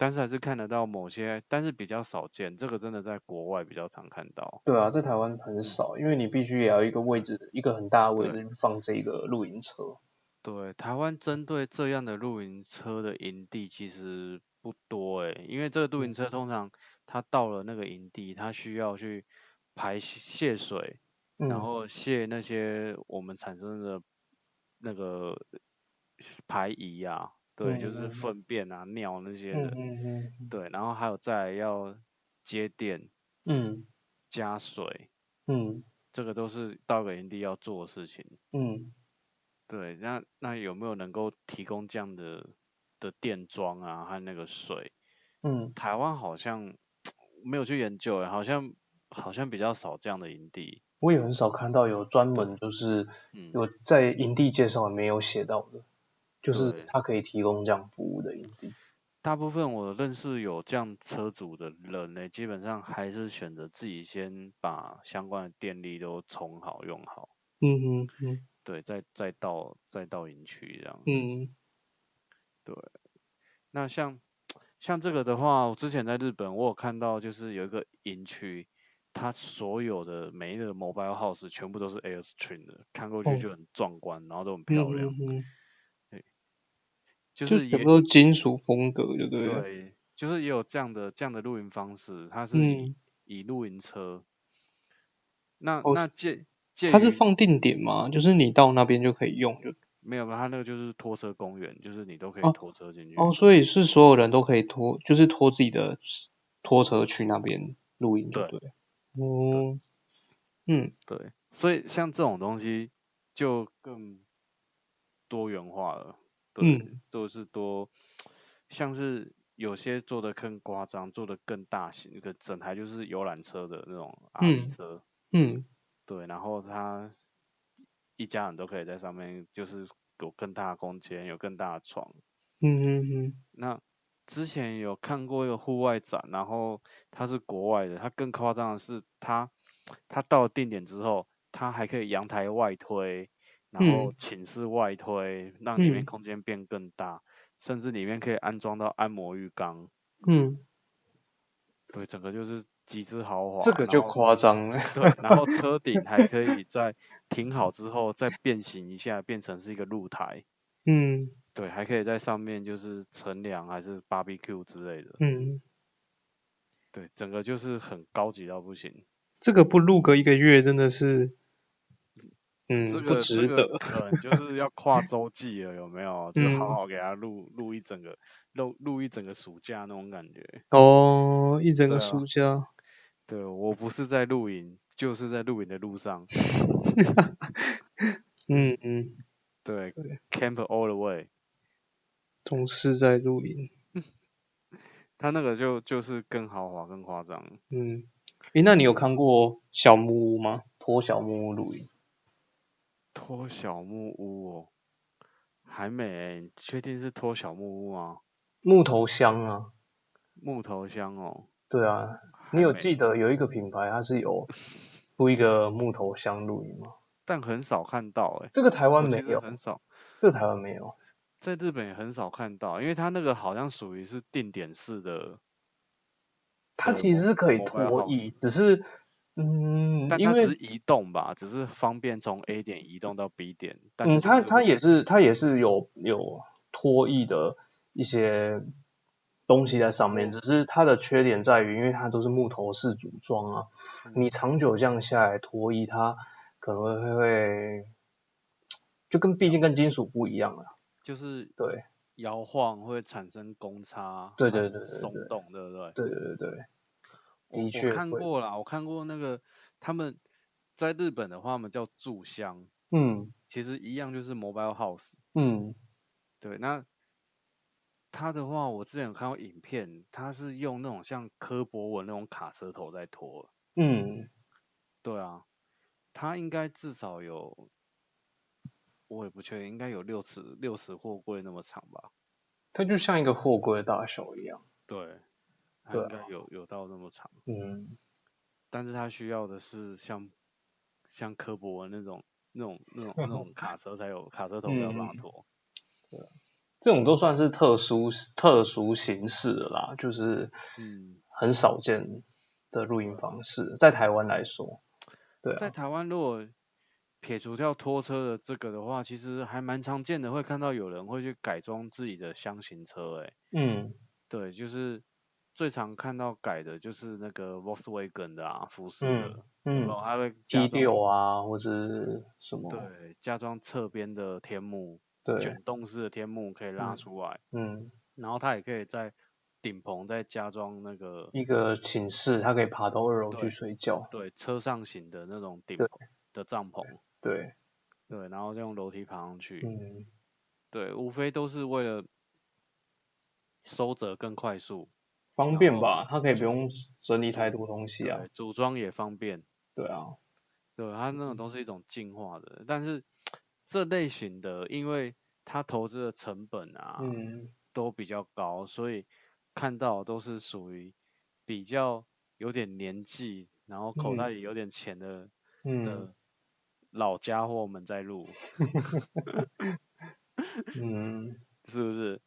S1: 但是还是看得到某些，但是比较少见，这个真的在国外比较常看到。
S2: 对啊，在台湾很少，因为你必须也要一个位置，一个很大的位置去放这个露营车。
S1: 对，台湾针对这样的露营车的营地其实不多诶、因为这个露
S2: 嗯
S1: 营车通常它到了那个营地，它需要去排泄水，然
S2: 嗯
S1: 后卸那些我们产生的那个排遗啊，对，就
S2: 嗯嗯
S1: 是
S2: 嗯
S1: 粪便啊、尿那些
S2: 嗯
S1: 的，
S2: 嗯嗯
S1: 对，然后还有再来要接电、
S2: 嗯
S1: 加水。
S2: 嗯
S1: 这个都是到个营地要做的事情。
S2: 嗯
S1: 对，那那有没有能够提供这样的的电桩啊和那个水？
S2: 嗯
S1: 台湾好像没有去研究欸，好像好像比较少这样的营地。
S2: 我也很少看到有专门就是
S1: 嗯，
S2: 有在营地介绍里面有写到的，就是
S1: 对
S2: 它可以提供这样服务的营地。
S1: 大部分我认识有这样车主的人呢，基本上还是选择自己先把相关的电力都充好用好，
S2: 嗯嗯嗯
S1: 对，再再到再到营区这样。
S2: 嗯
S1: 那像像这个的话，我之前在日本，我有看到就是有一个营区，它所有的每一个 mobile house 全部都是 Airstream 的，看过去
S2: 哦
S1: 就很壮观，然后都很
S2: 嗯
S1: 漂亮，
S2: 嗯，
S1: 就
S2: 就是全
S1: 也
S2: 部都金属风格，就对了。
S1: 对，就是也有这样的这样的露营方式，它是以
S2: 嗯
S1: 以露营车。那、
S2: 哦
S1: 那介介
S2: 它是
S1: 于
S2: 放定点吗？就是你到那边就可以用就
S1: 没有吧？它那个就是拖车公园，就是你都可
S2: 哦
S1: 以拖车进去。
S2: 哦，所以是所有人都可以拖，就是拖自己的拖车去那边露营就对了。哦，嗯，
S1: 对，所以像这种东西就更多元化了，对，
S2: 嗯
S1: 都是多，像是有些做的更夸张，做的更大型，一个整台就是游览车的那种阿
S2: 嗯
S1: 里车，
S2: 嗯
S1: 对，然后它一家人都可以在上面，就是有更大的空间，有更大的床，
S2: 嗯嗯嗯，
S1: 那之前有看过一个户外展，然后它是国外的，它更夸张的是它，它到了定点之后，它还可以阳台外推，然后寝室外推，让里面
S2: 嗯
S1: 空间变更大，甚至里面可以安装到按摩浴缸，
S2: 嗯，
S1: 对，整个就是极致豪华。
S2: 这个
S1: 然
S2: 就
S1: 后
S2: 夸张
S1: *laughs*
S2: 了。
S1: 对，然后车顶还可以在停好之后再变形一下，变成是一个露台，
S2: 嗯
S1: 对，还可以在上面就是乘凉还是 barbecue 之类的。
S2: 嗯，
S1: 对，整个就是很高级到不行。
S2: 这个不录个一个月真的是，嗯，
S1: 这
S2: 不
S1: 个
S2: 值
S1: 这
S2: 得。
S1: 个可能就是要跨周季了，有没有？就好
S2: 嗯
S1: 好给他录录一整个，录录一整个暑假那种感觉。
S2: 哦，一整个
S1: 对啊
S2: 暑假，
S1: 对我不是在露营，就是在露营的路上。
S2: 嗯嗯，
S1: 对，camp all the way。
S2: 总是在露营。
S1: 他那个就就是更豪华、更夸张。
S2: 嗯，诶，那你有看过小木屋吗？拖小木屋露营？
S1: 拖小木屋哦，还没欸、你确定是拖小木屋吗？
S2: 木头箱啊，
S1: 木头箱哦，
S2: 对啊，
S1: 还
S2: 你有
S1: 没
S2: 记得有一个品牌，它是有出一个木头箱露营吗？
S1: 但很少看到哎、欸，
S2: 这个台湾
S1: 我
S2: 没
S1: 其实
S2: 有，
S1: 很少。
S2: 这个台湾没有。
S1: 在日本也很少看到，因为它那个好像属于是定点式的，
S2: 它
S1: 对
S2: 其实是可以
S1: 我我
S2: 拖
S1: 我
S2: 曳，只是嗯，
S1: 但
S2: 因
S1: 它只是
S2: 为
S1: 移动吧，只是方便从 A 点移动到 B 点。但
S2: 嗯，
S1: 就是
S2: 它
S1: 那
S2: 它
S1: 个
S2: 也是它也是有有拖曳的一些东西在上面，只是它的缺点在于，因为它都是木头式组装啊，
S1: 嗯
S2: 你长久这样下来拖曳，它可能会会就跟毕竟跟金属不一样了，
S1: 就是
S2: 对
S1: 摇晃会产生公差，
S2: 对
S1: 会
S2: 对对对
S1: 松
S2: 对
S1: 动，对不对？
S2: 对对对对，
S1: 我
S2: 的确
S1: 我看
S2: 会
S1: 过啦，我看过那个他们在日本的话，他们叫住箱，
S2: 嗯
S1: 其实一样就是 mobile house。
S2: 嗯
S1: 对，那它的话，我之前有看过影片，它是用那种像柯博文那种卡车头在拖。
S2: 嗯
S1: 对啊，它应该至少有，我也不确定，应该有六尺六尺货柜那么长吧？
S2: 它就像一个货柜的大小一样，
S1: 对，它
S2: 对啊
S1: 应该有有到那么长，
S2: 嗯
S1: 但是它需要的是像像科博文那种那种那种那种卡车才有卡车头才有办法
S2: 嗯
S1: 拖。
S2: 这种都算是特殊特殊形式的啦，就是
S1: 嗯，
S2: 很少见的露营方式，在台湾来说，对
S1: 在
S2: 啊，
S1: 台湾如果撇除掉拖车的这个的话，其实还蛮常见的，会看到有人会去改装自己的箱型车、欸，
S2: 嗯
S1: 对，就是最常看到改的就是那个 Volkswagen 的啊，福斯
S2: 嗯
S1: 的，然
S2: 嗯
S1: 后它会加
S2: ，T
S1: 装
S2: 六啊或者是什么，
S1: 哦对加装侧边的天幕，
S2: 对，
S1: 卷动式的天幕可以拉
S2: 嗯
S1: 出来，
S2: 嗯，
S1: 然后它也可以在顶棚再加装那个
S2: 一个寝室，它可以爬到二楼去
S1: 对
S2: 睡觉，
S1: 对车上型的那种顶
S2: 对
S1: 棚的帐篷，
S2: 对，
S1: 对，然后再用楼梯爬上去，
S2: 嗯
S1: 对，无非都是为了收折更快速，
S2: 方
S1: 然
S2: 便
S1: 后
S2: 吧，它可以不用整理太多东西啊
S1: 对，，组装也方便。
S2: 对啊，
S1: 对，它
S2: 嗯
S1: 那种都是一种进化的，但是这类型的，因为它投资的成本啊、
S2: 嗯
S1: 都比较高，所以看到的都是属于比较有点年纪，然后口袋里有点钱的、
S2: 嗯
S1: 的老家伙们在录，
S2: 嗯。
S1: 是不是？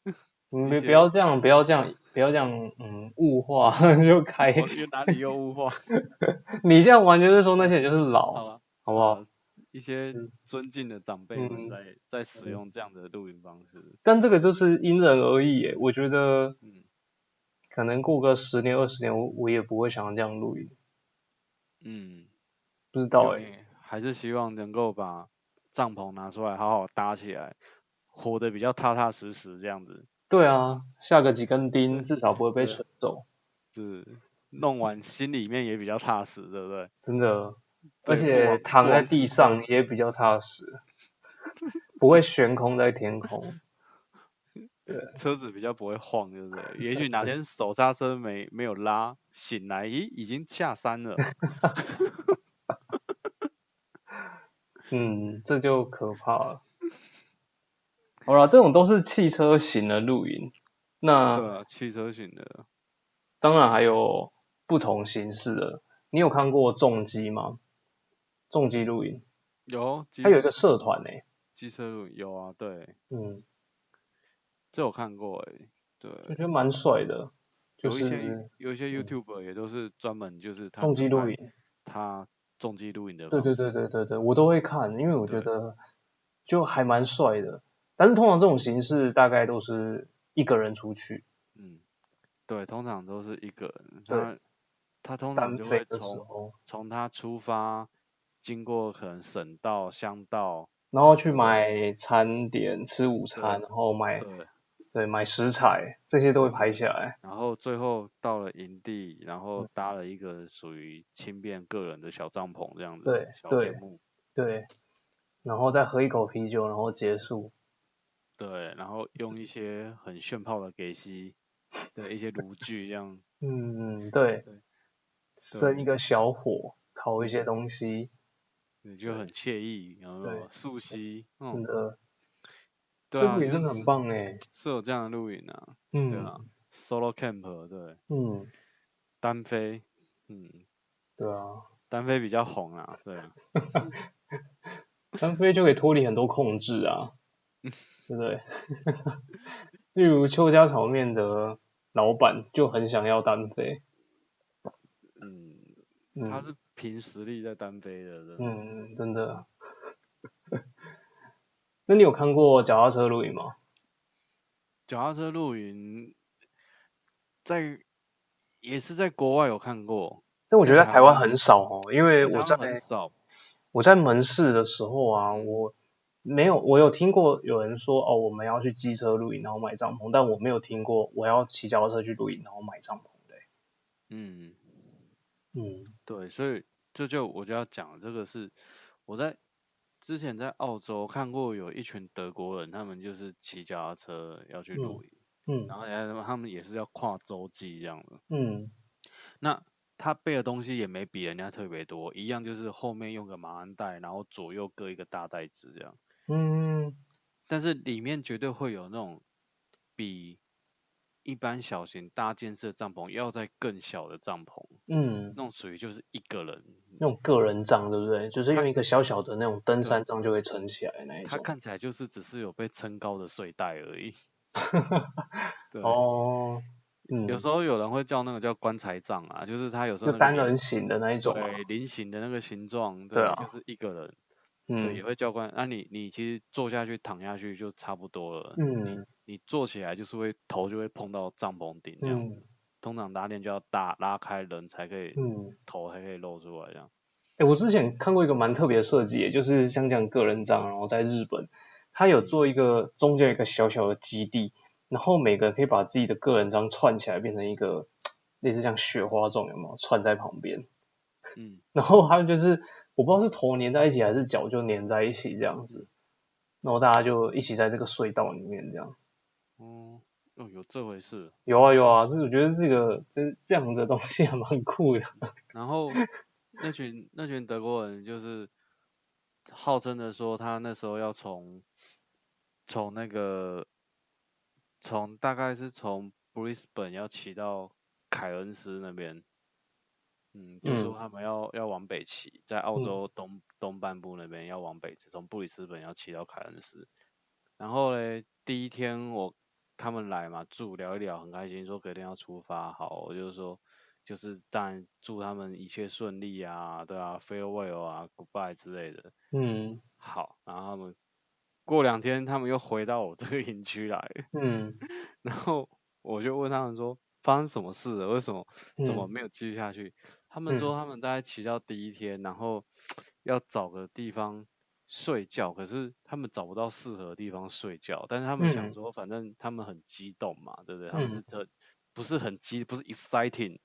S2: 嗯，
S1: 一
S2: 别
S1: 些
S2: 不要这样，不要这样，不要这样，嗯，物化 *laughs* 就开。
S1: 我觉得哪里哦又物化
S2: *laughs* 你这样完全是说那些人就是
S1: 好
S2: 老，
S1: 了，
S2: 好不好？
S1: 一些
S2: 哦嗯
S1: 尊敬的长辈
S2: 嗯
S1: 们在、在使
S2: 嗯
S1: 用这样的录音方式，
S2: 但这个就是因人而异耶。我觉得
S1: 嗯，
S2: 可能过个十年二十年，我我也不会想要这样录音。
S1: 嗯，
S2: 不知道
S1: 就
S2: 哎、
S1: 你还是希望能够把帐篷拿出来，好好搭起来，活得比较踏踏实实这样子，
S2: 对啊，下个几根钉至少不会被
S1: 对
S2: 锤走，
S1: 是弄完心里面也比较踏实，对不对？
S2: 真
S1: 对
S2: 的。
S1: 不
S2: 而且
S1: 枉
S2: 躺
S1: 不
S2: 在
S1: 枉
S2: 地
S1: 此
S2: 上也比较踏实，不会悬空在天空。
S1: 车子比较不会晃，对不对？也许哪天手刹车没没有拉，醒来咦已经下山
S2: *laughs*
S1: 了，
S2: 嗯，这就可怕了。好了，这种都是汽车型的露营，
S1: 对
S2: 那
S1: 啊，汽车型的
S2: 当然还有不同形式的。你有看过重机吗？重机露营，
S1: 有机
S2: 它有一个社团呢、
S1: 机车路有啊，对，
S2: 嗯，
S1: 这我看过诶、对，
S2: 我觉得蛮帅的，就
S1: 有一些
S2: 是
S1: 有一些
S2: 嗯
S1: YouTube 也都是专门就是他
S2: 重
S1: 只
S2: 机露
S1: 拍
S2: 营。
S1: 他重机露营的方
S2: 对对
S1: 式，
S2: 对对对对，我都会看，因为我
S1: 对
S2: 觉得就还蛮帅的。但是通常这种形式大概都是一个人出去，
S1: 嗯，对，通常都是一个人，
S2: 对
S1: 他他通常
S2: 单
S1: 就
S2: 飞
S1: 会
S2: 的时
S1: 从
S2: 候，
S1: 从他出发，经过可能省道、乡道，
S2: 然后去买餐点、吃午餐，然后买
S1: 对，
S2: 对买食材，这些都会拍下来。
S1: 然后最后到了营地，然
S2: 嗯
S1: 后搭了一个属于轻便个人的小帐篷这样子，
S2: 对
S1: 小
S2: 对
S1: 天幕，
S2: 对，然后再喝一口啤酒，然后结束。
S1: 对，然后用一些很炫炮的给息，对，一些炉具这样，
S2: 嗯，对
S1: 对，
S2: 生一
S1: 对
S2: 个小火，烤一些东西，
S1: 你就很惬意，然
S2: 对
S1: 后溯溪，
S2: 真
S1: 嗯，
S2: 的，
S1: 对
S2: 这
S1: 啊，
S2: 露营
S1: 就
S2: 真的
S1: 是
S2: 很棒哎。
S1: 是有这样的露营啊，对
S2: 嗯
S1: 啊，solo camp 对，
S2: 嗯，
S1: 单飞，嗯，
S2: 对啊，
S1: 单飞比较红啊，对
S2: *laughs*
S1: 啊，
S2: 单飞就可以脱离很多控制啊，
S1: 嗯
S2: 对不对？ *laughs* 例如邱家炒面的老板就很想要单飞，
S1: 嗯，他
S2: 嗯
S1: 是凭实力在单飞的，对
S2: 嗯，真的。 *laughs* 那你有看过脚踏车露营吗？
S1: 脚踏车露营，在也是在国外有看过，
S2: 但我觉得
S1: 在
S2: 在
S1: 台
S2: 台湾
S1: 湾
S2: 很少哦，因为
S1: 啊台
S2: 我
S1: 湾
S2: 在
S1: 很少，
S2: 我在门市的时候啊，我没有，我有听过有人说哦，我们要去机车露营，然后买帐篷，但我没有听过我要骑脚踏车去露营，然后买帐篷的欸。
S1: 嗯，
S2: 嗯
S1: 对，所以这就我就要讲这个是我在之前在澳洲看过有一群德国人，他们就是骑脚踏车要去露营，
S2: 嗯
S1: 然后他们他们也是要跨洲际这样的，
S2: 嗯
S1: 那他背的东西也没比人家特别多，一样就是后面用个马鞍带，然后左右各一个大袋子这样。
S2: 嗯
S1: 但是里面绝对会有那种比一般小型搭建式的帐篷要再更小的帐篷，
S2: 嗯，
S1: 那种属于就是一个人，
S2: 那种个人帐对不对？就是用一个小小的那种登
S1: 对
S2: 山帐就可以撑起来的那一
S1: 它
S2: 种。
S1: 看起来就是只是有被撑高的睡袋而
S2: *laughs*
S1: 已。对，
S2: 哦，嗯，
S1: 有时候有人会叫那个叫棺材帐啊，就是它有时候那
S2: 就
S1: 个
S2: 单
S1: 菱
S2: 人型的那一种啊。
S1: 对菱形的那个形状，
S2: 对
S1: 对，
S2: 啊
S1: 就是一个人，对，也
S2: 嗯
S1: 会叫棺。那、你你其实坐下去躺下去就差不多了，
S2: 嗯
S1: 你坐起来就是会头就会碰到帐篷顶这样。
S2: 嗯
S1: 通常拉链就要大拉开，人才可以
S2: 嗯。
S1: 头才可以露出来这样。
S2: 哎，我之前看过一个蛮特别的设计，就是像这样个人帐，然后在日本，它有做一个中间有一个小小的基地，然后每个人可以把自己的个人帐串起来，变成一个类似像雪花状，有没有串在旁边？
S1: 嗯，
S2: 然后还有就是，我不知道是头粘在一起还是脚就粘在一起这样子，然后大家就一起在这个隧道里面这样。
S1: 哦，哦，有这回事。
S2: 有啊有啊，这我觉得这个这这样子的东西还蛮酷的。
S1: 然后那群那群德国人就是号称的说，他那时候要从从那个从大概是从 Brisbane 要骑到凯恩斯那边。嗯，就说
S2: 嗯
S1: 他们要要往北骑，在澳
S2: 嗯
S1: 洲东东半部那边要往北骑，从布里斯本要骑到凯恩斯。然后嘞，第一天我他们来嘛，住聊一聊，很开心，说隔天要出发，好，我就说就是当然祝他们一切顺利啊，对啊，farewell 啊，goodbye 之类的。
S2: 嗯
S1: 好，然后他们过两天他们又回到我这个营区来，
S2: 嗯
S1: 然后我就问他们说发生什么事了，为什么
S2: 嗯 *laughs*
S1: 怎么没有继续下去？他们
S2: 嗯
S1: 说他们大概骑到第一天，然后要找个地方睡觉，可是他们找不到适合的地方睡觉。但是他们想
S2: 嗯
S1: 说，反正他们很激动嘛，对不对？他们
S2: 嗯
S1: 是这不是很激，不是 exciting，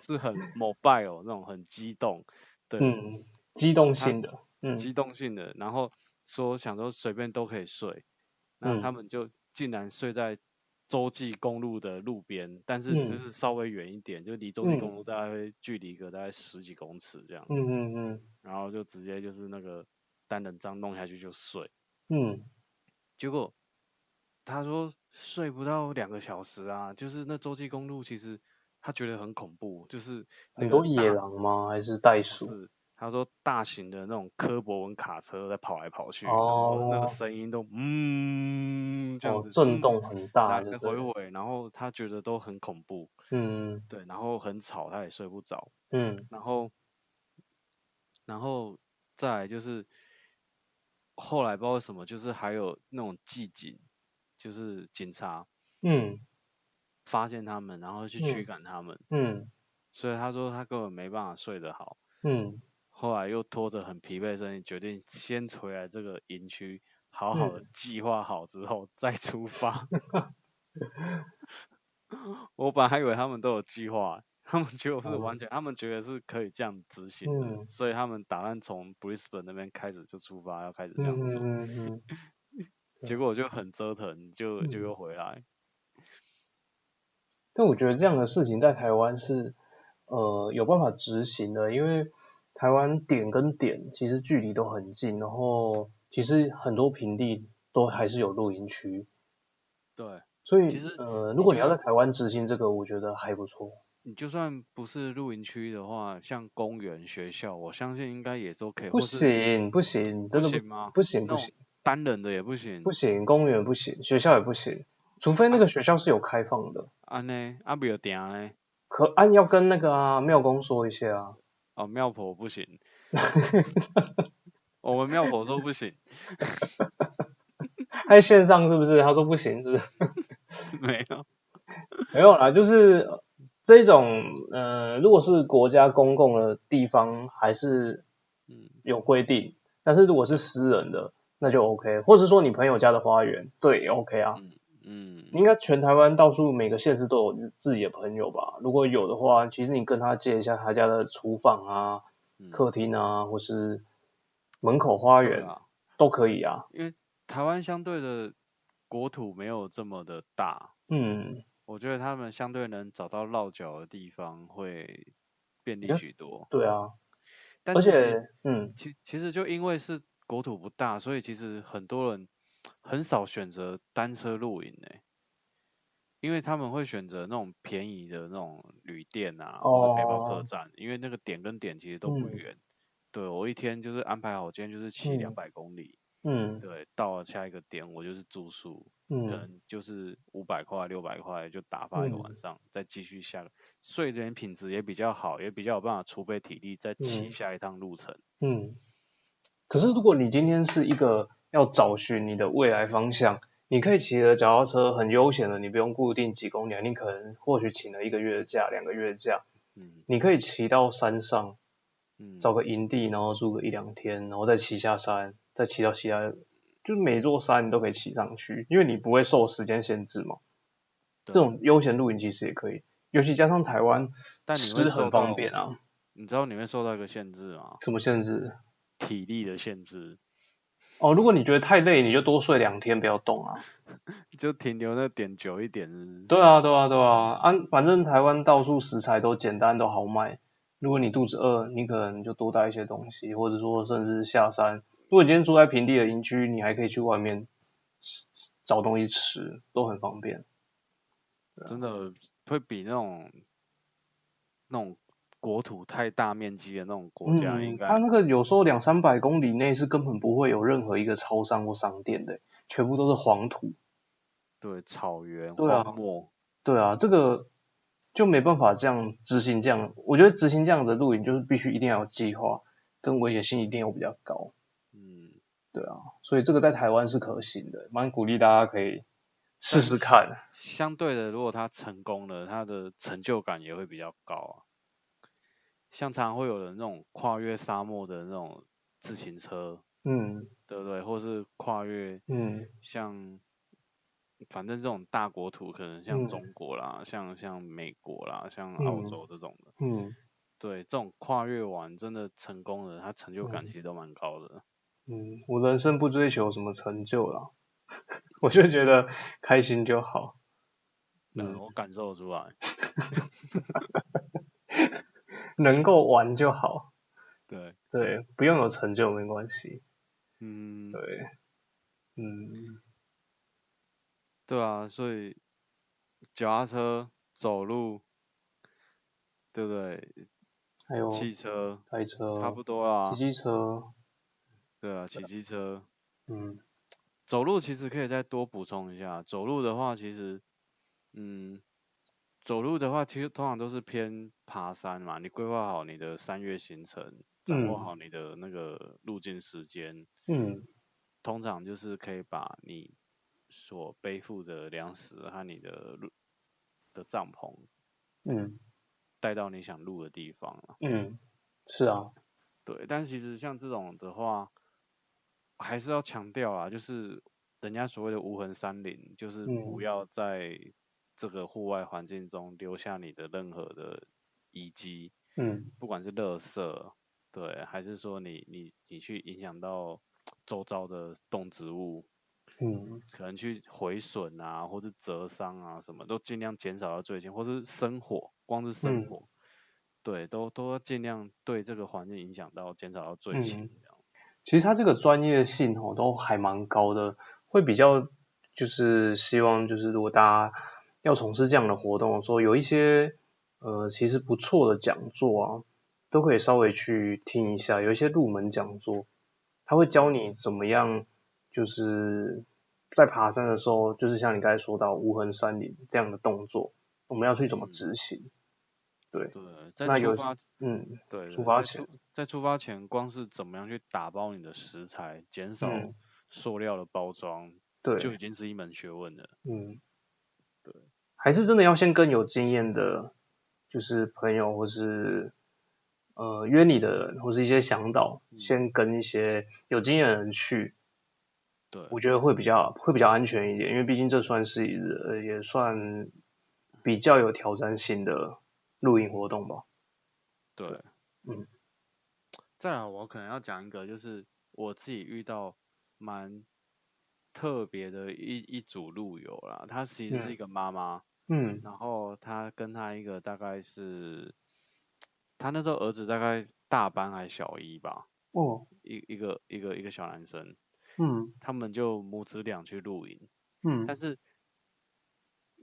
S1: 是很 mobile 那种很激动，对，
S2: 嗯，机动性的，嗯
S1: 机动性的，然后说想说随便都可以睡，那他
S2: 嗯
S1: 们就竟然睡在洲际公路的路边，但是就
S2: 嗯
S1: 是稍微远一点，就离洲际公
S2: 嗯
S1: 路大概距离个大概十几公尺这样，
S2: 嗯嗯嗯
S1: 然后就直接就是那个单人帐弄下去就睡，
S2: 嗯，
S1: 结果他说睡不到两个小时啊，就是那洲际公路其实他觉得很恐怖，就是那
S2: 很
S1: 个
S2: 多野
S1: 大
S2: 狼吗？还是袋鼠？
S1: 是，他说大型的那种科博文卡车在跑来跑去，然后那
S2: 哦
S1: 个声音都嗯这样
S2: 哦
S1: 子，
S2: 震
S1: 嗯
S2: 动很
S1: 来
S2: 大，对
S1: 来
S2: 不对
S1: 回？回，然后他觉得都很恐怖，
S2: 嗯
S1: 对，然后很吵，他也睡不着，
S2: 嗯
S1: 然后然后再来就是后来不知道为什么，就是还有那种骑警，就是警察
S2: 嗯
S1: 发现他们，然后去驱
S2: 嗯
S1: 赶他们，
S2: 嗯
S1: 所以他说他根本没办法睡得好。
S2: 嗯
S1: 后来又拖着很疲惫的身体，决定先回来这个营区，好好
S2: 嗯
S1: 的计划好之后再出
S2: *laughs*
S1: 发。 *laughs* 我本来还以为他们都有计划，他们结果是完全，他们觉得是可以这样执行的，
S2: 哦嗯
S1: 所以他们打算从 Brisbane 那边开始就出发，要开始这样
S2: 嗯
S1: 做。
S2: 嗯嗯，
S1: 结果就很折腾，就就
S2: 嗯
S1: 又回来。
S2: 但我觉得这样的事情在台湾是呃有办法执行的，因为台湾点跟点其实距离都很近，然后其实很多平地都还是有露营区，
S1: 对
S2: 所以
S1: 其实
S2: 呃
S1: 你
S2: 如果你
S1: 就
S2: 要在
S1: 算
S2: 台湾执行这个，我觉得还不错。
S1: 你就算不是露营区的话，像公园、学校，我相信应该也都可以。
S2: 不
S1: 或是
S2: 行不行，
S1: 不
S2: 真的
S1: 行吗
S2: 不行
S1: 那
S2: 不
S1: 种
S2: 行
S1: 单人的也不行
S2: 不。行，公园不行，学校也不行，除非那
S1: 啊
S2: 个学校是有开放的。
S1: 安呢？啊，不有定呢？
S2: 可安、要跟那个啊庙公说一下啊，
S1: 哦，妙婆不
S2: *laughs*
S1: 行。我们妙婆说不行， *laughs*
S2: 他在线上是不是？他说不行是不是？ *laughs*
S1: 没有。
S2: 没有啦，就是呃这种呃，如果是国家公共的地方还是
S1: 嗯，
S2: 有规定，但是如果是私人的那就 OK，或者说你朋友家的花园，对也 OK 啊。
S1: 嗯，
S2: 应该全台湾到处每个县市都有自自己的朋友吧？如果有的话，其实你跟他借一下他家的厨房啊、
S1: 嗯
S2: 客厅啊，或是门口花
S1: 对
S2: 园
S1: 啊，
S2: 都可以啊。
S1: 因为台湾相对的国土没有这么的大，
S2: 嗯，
S1: 我觉得他们相对能找到落脚的地方会便
S2: 比
S1: 利
S2: 较
S1: 许多。
S2: 对啊，
S1: 但
S2: 而
S1: 其实
S2: 且嗯
S1: 其其实就因为是国土不大，所以其实很多人很少选择单车露营诶、欸因为他们会选择那种便宜的那种旅店啊，或者背包客
S2: 哦
S1: 栈，因为那个点跟点其实都不
S2: 嗯
S1: 远。对我一天就是安排好，今天就是骑两
S2: 嗯
S1: 百公里，
S2: 嗯
S1: 对，到了下一个点我就是住宿，可
S2: 嗯
S1: 能就是五百块、六百块就打发一个晚
S2: 嗯
S1: 上，再继续下个，睡眠品质也比较好，也比较有办法储备体力，再骑
S2: 嗯
S1: 下一趟路程。
S2: 嗯。可是如果你今天是一个要找寻你的未来方向，你可以骑着脚踏车很悠闲的，你不用固定几公里啊，你可能或许请了一个月的假、两个月的假，
S1: 嗯
S2: 你可以骑到山上。
S1: 嗯，
S2: 找个营地，然后住个一两天，然后再骑下山，再骑到其他，就每座山你都可以骑上去，因为你不会受时间限制嘛。
S1: 对
S2: 这种悠闲露营其实也可以，尤其加上台湾
S1: 但你会受
S2: 吃很
S1: 到
S2: 方，便啊，
S1: 你知道你会受到一个限制吗？
S2: 什么限制？
S1: 体力的限制，
S2: 哦，如果你觉得太累，你就多睡两天，不要动啊。
S1: 就停留那点久一点是不是
S2: 对啊，对啊，对啊，啊，反正台湾到处食材都简单，都好卖。如果你肚子饿，你可能就多带一些东西，或者说甚至下山。如果你今天住在平地的营区，你还可以去外面找东西吃，都很方便。啊
S1: 真的会比那种那种国土太大面积的那种国家应
S2: 嗯，它
S1: 该
S2: 那个有时候两三百公里内是根本不会有任何一个超商或商店的，全部都是黄土。
S1: 对草原、
S2: 对啊
S1: 荒漠，
S2: 对啊，这个就没办法这样执行这样。我觉得执行这样的露营就是必须一定要有计划，跟危险性一定要比较高。
S1: 嗯，
S2: 对啊，所以这个在台湾是可行的，蛮鼓励大家可以试试看。
S1: 相对的，如果他成功了，他的成就感也会比较高啊。像常会有人那种跨越沙漠的那种自行车，
S2: 嗯
S1: 对不对？或是跨越
S2: 嗯
S1: 像，反正这种大国土，可能像
S2: 嗯
S1: 中国啦，像像美国啦，像澳
S2: 嗯
S1: 洲这种的，
S2: 嗯
S1: 对，这种跨越完真的成功的人，他成就感其实都蛮高的。
S2: 嗯，我人生不追求什么成就啦，我就觉得开心就好。
S1: 嗯，
S2: 嗯
S1: 我感受得出来。
S2: 能够玩就好，
S1: 对，
S2: 对，不用有成就没关系，
S1: 嗯，
S2: 对，嗯
S1: 对啊，所以脚踏车、走路，对不对？
S2: 还有
S1: 汽车
S2: 开车、
S1: 差不多啦
S2: 骑。机车，
S1: 对啊，骑机车、
S2: 嗯
S1: 走路其实可以再多补充一下。走路的话，其实，嗯，走路的话，其实通常都是偏爬山嘛。你规划好你的三月行程，掌握
S2: 嗯
S1: 好你的那个路径时间，
S2: 嗯
S1: 通常就是可以把你所背负的粮食和你的路的帐篷
S2: 嗯
S1: 带到你想录的地方了。
S2: 嗯，是啊，
S1: 对，但其实像这种的话，还是要强调啊，就是人家所谓的无痕山林，就是不
S2: 嗯
S1: 要在这个户外环境中留下你的任何的遗迹，
S2: 嗯
S1: 不管是垃圾，对，还是说你你你去影响到周遭的动植物，
S2: 嗯
S1: 可能去毁损啊，或是折伤啊，什么都尽量减少到最轻，或是生火，光是生
S2: 嗯
S1: 火，对，都都要尽量对这个环境影响到减少到最轻
S2: 嗯
S1: 这样。
S2: 其实他这个专业性哦都还蛮高的，会比较就是希望就是如果大家要从事这样的活动的时候，有一些呃其实不错的讲座啊，都可以稍微去听一下，有一些入门讲座，他会教你怎么样就是在爬山的时候，就是像你刚才说到无痕山林这样的动作，我们要去怎么
S1: 嗯
S2: 执行？
S1: 对，在
S2: 那
S1: 出
S2: 有
S1: 发
S2: 嗯
S1: 对
S2: 出
S1: 对
S2: 发
S1: 在
S2: 前
S1: 出在出发前，光是怎么样去打包你的食材，减少
S2: 嗯
S1: 塑料的包装，
S2: 对，
S1: 就已经是一门学问了。
S2: 嗯，
S1: 对，
S2: 还是真的要先跟有经验的，就是朋友或是呃约你的人，或是一些向导，
S1: 嗯
S2: 先跟一些有经验的人去，
S1: 对，
S2: 我觉得会比较会比较安全一点，因为毕竟这算是一呃也算比较有挑战性的露营活动吧。
S1: 对，
S2: 嗯。
S1: 再来，我可能要讲一个，就是我自己遇到蛮特别的一一组路友啦，她其实是一
S2: 嗯
S1: 个妈妈，
S2: 嗯
S1: 然后她跟她一个大概是，她那时候儿子大概大班还小一吧，
S2: 哦
S1: 一一个一个一个小男生，
S2: 嗯
S1: 他们就母子俩去露营，
S2: 嗯
S1: 但是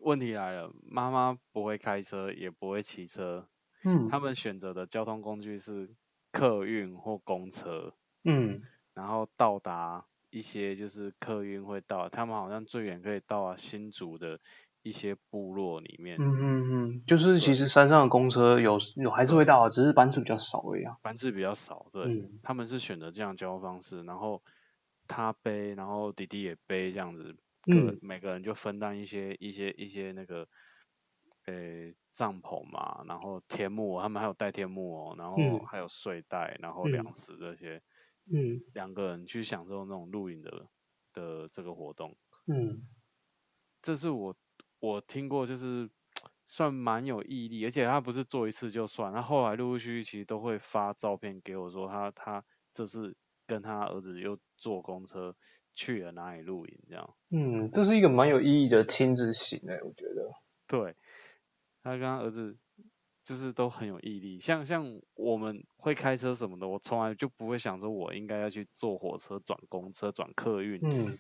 S1: 问题来了，妈妈不会开车，也不会骑车，
S2: 嗯
S1: 他们选择的交通工具是客运或公车，
S2: 嗯
S1: 然后到达一些就是客运会到，他们好像最远可以到啊新竹的一些部落里面，
S2: 嗯嗯嗯，就是其实山上的公车有有还是会到，啊只是班次比较少而已啊。
S1: 班次比较少，对，
S2: 嗯
S1: 他们是选择这样交通方式，然后他背，然后弟弟也背这样子，各
S2: 嗯
S1: 每个人就分担一些一些一些那个。呃，帐篷嘛，然后天幕哦，他们还有带天幕哦，然后
S2: 嗯
S1: 还有睡袋，然后
S2: 嗯
S1: 粮食这些，
S2: 嗯
S1: 两个人去享受那种露营的的这个活动，
S2: 嗯
S1: 这是我我听过，就是算蛮有毅力，而且他不是做一次就算，他后来陆陆续续其实都会发照片给我说他他这次跟他儿子又坐公车去了哪里露营这样，
S2: 嗯，这是一个蛮有意义的亲子行诶、我觉得。
S1: 对，他跟他儿子就是都很有毅力，像像我们会开车什么的，我从来就不会想说我应该要去坐火车转公车转客运，
S2: 嗯，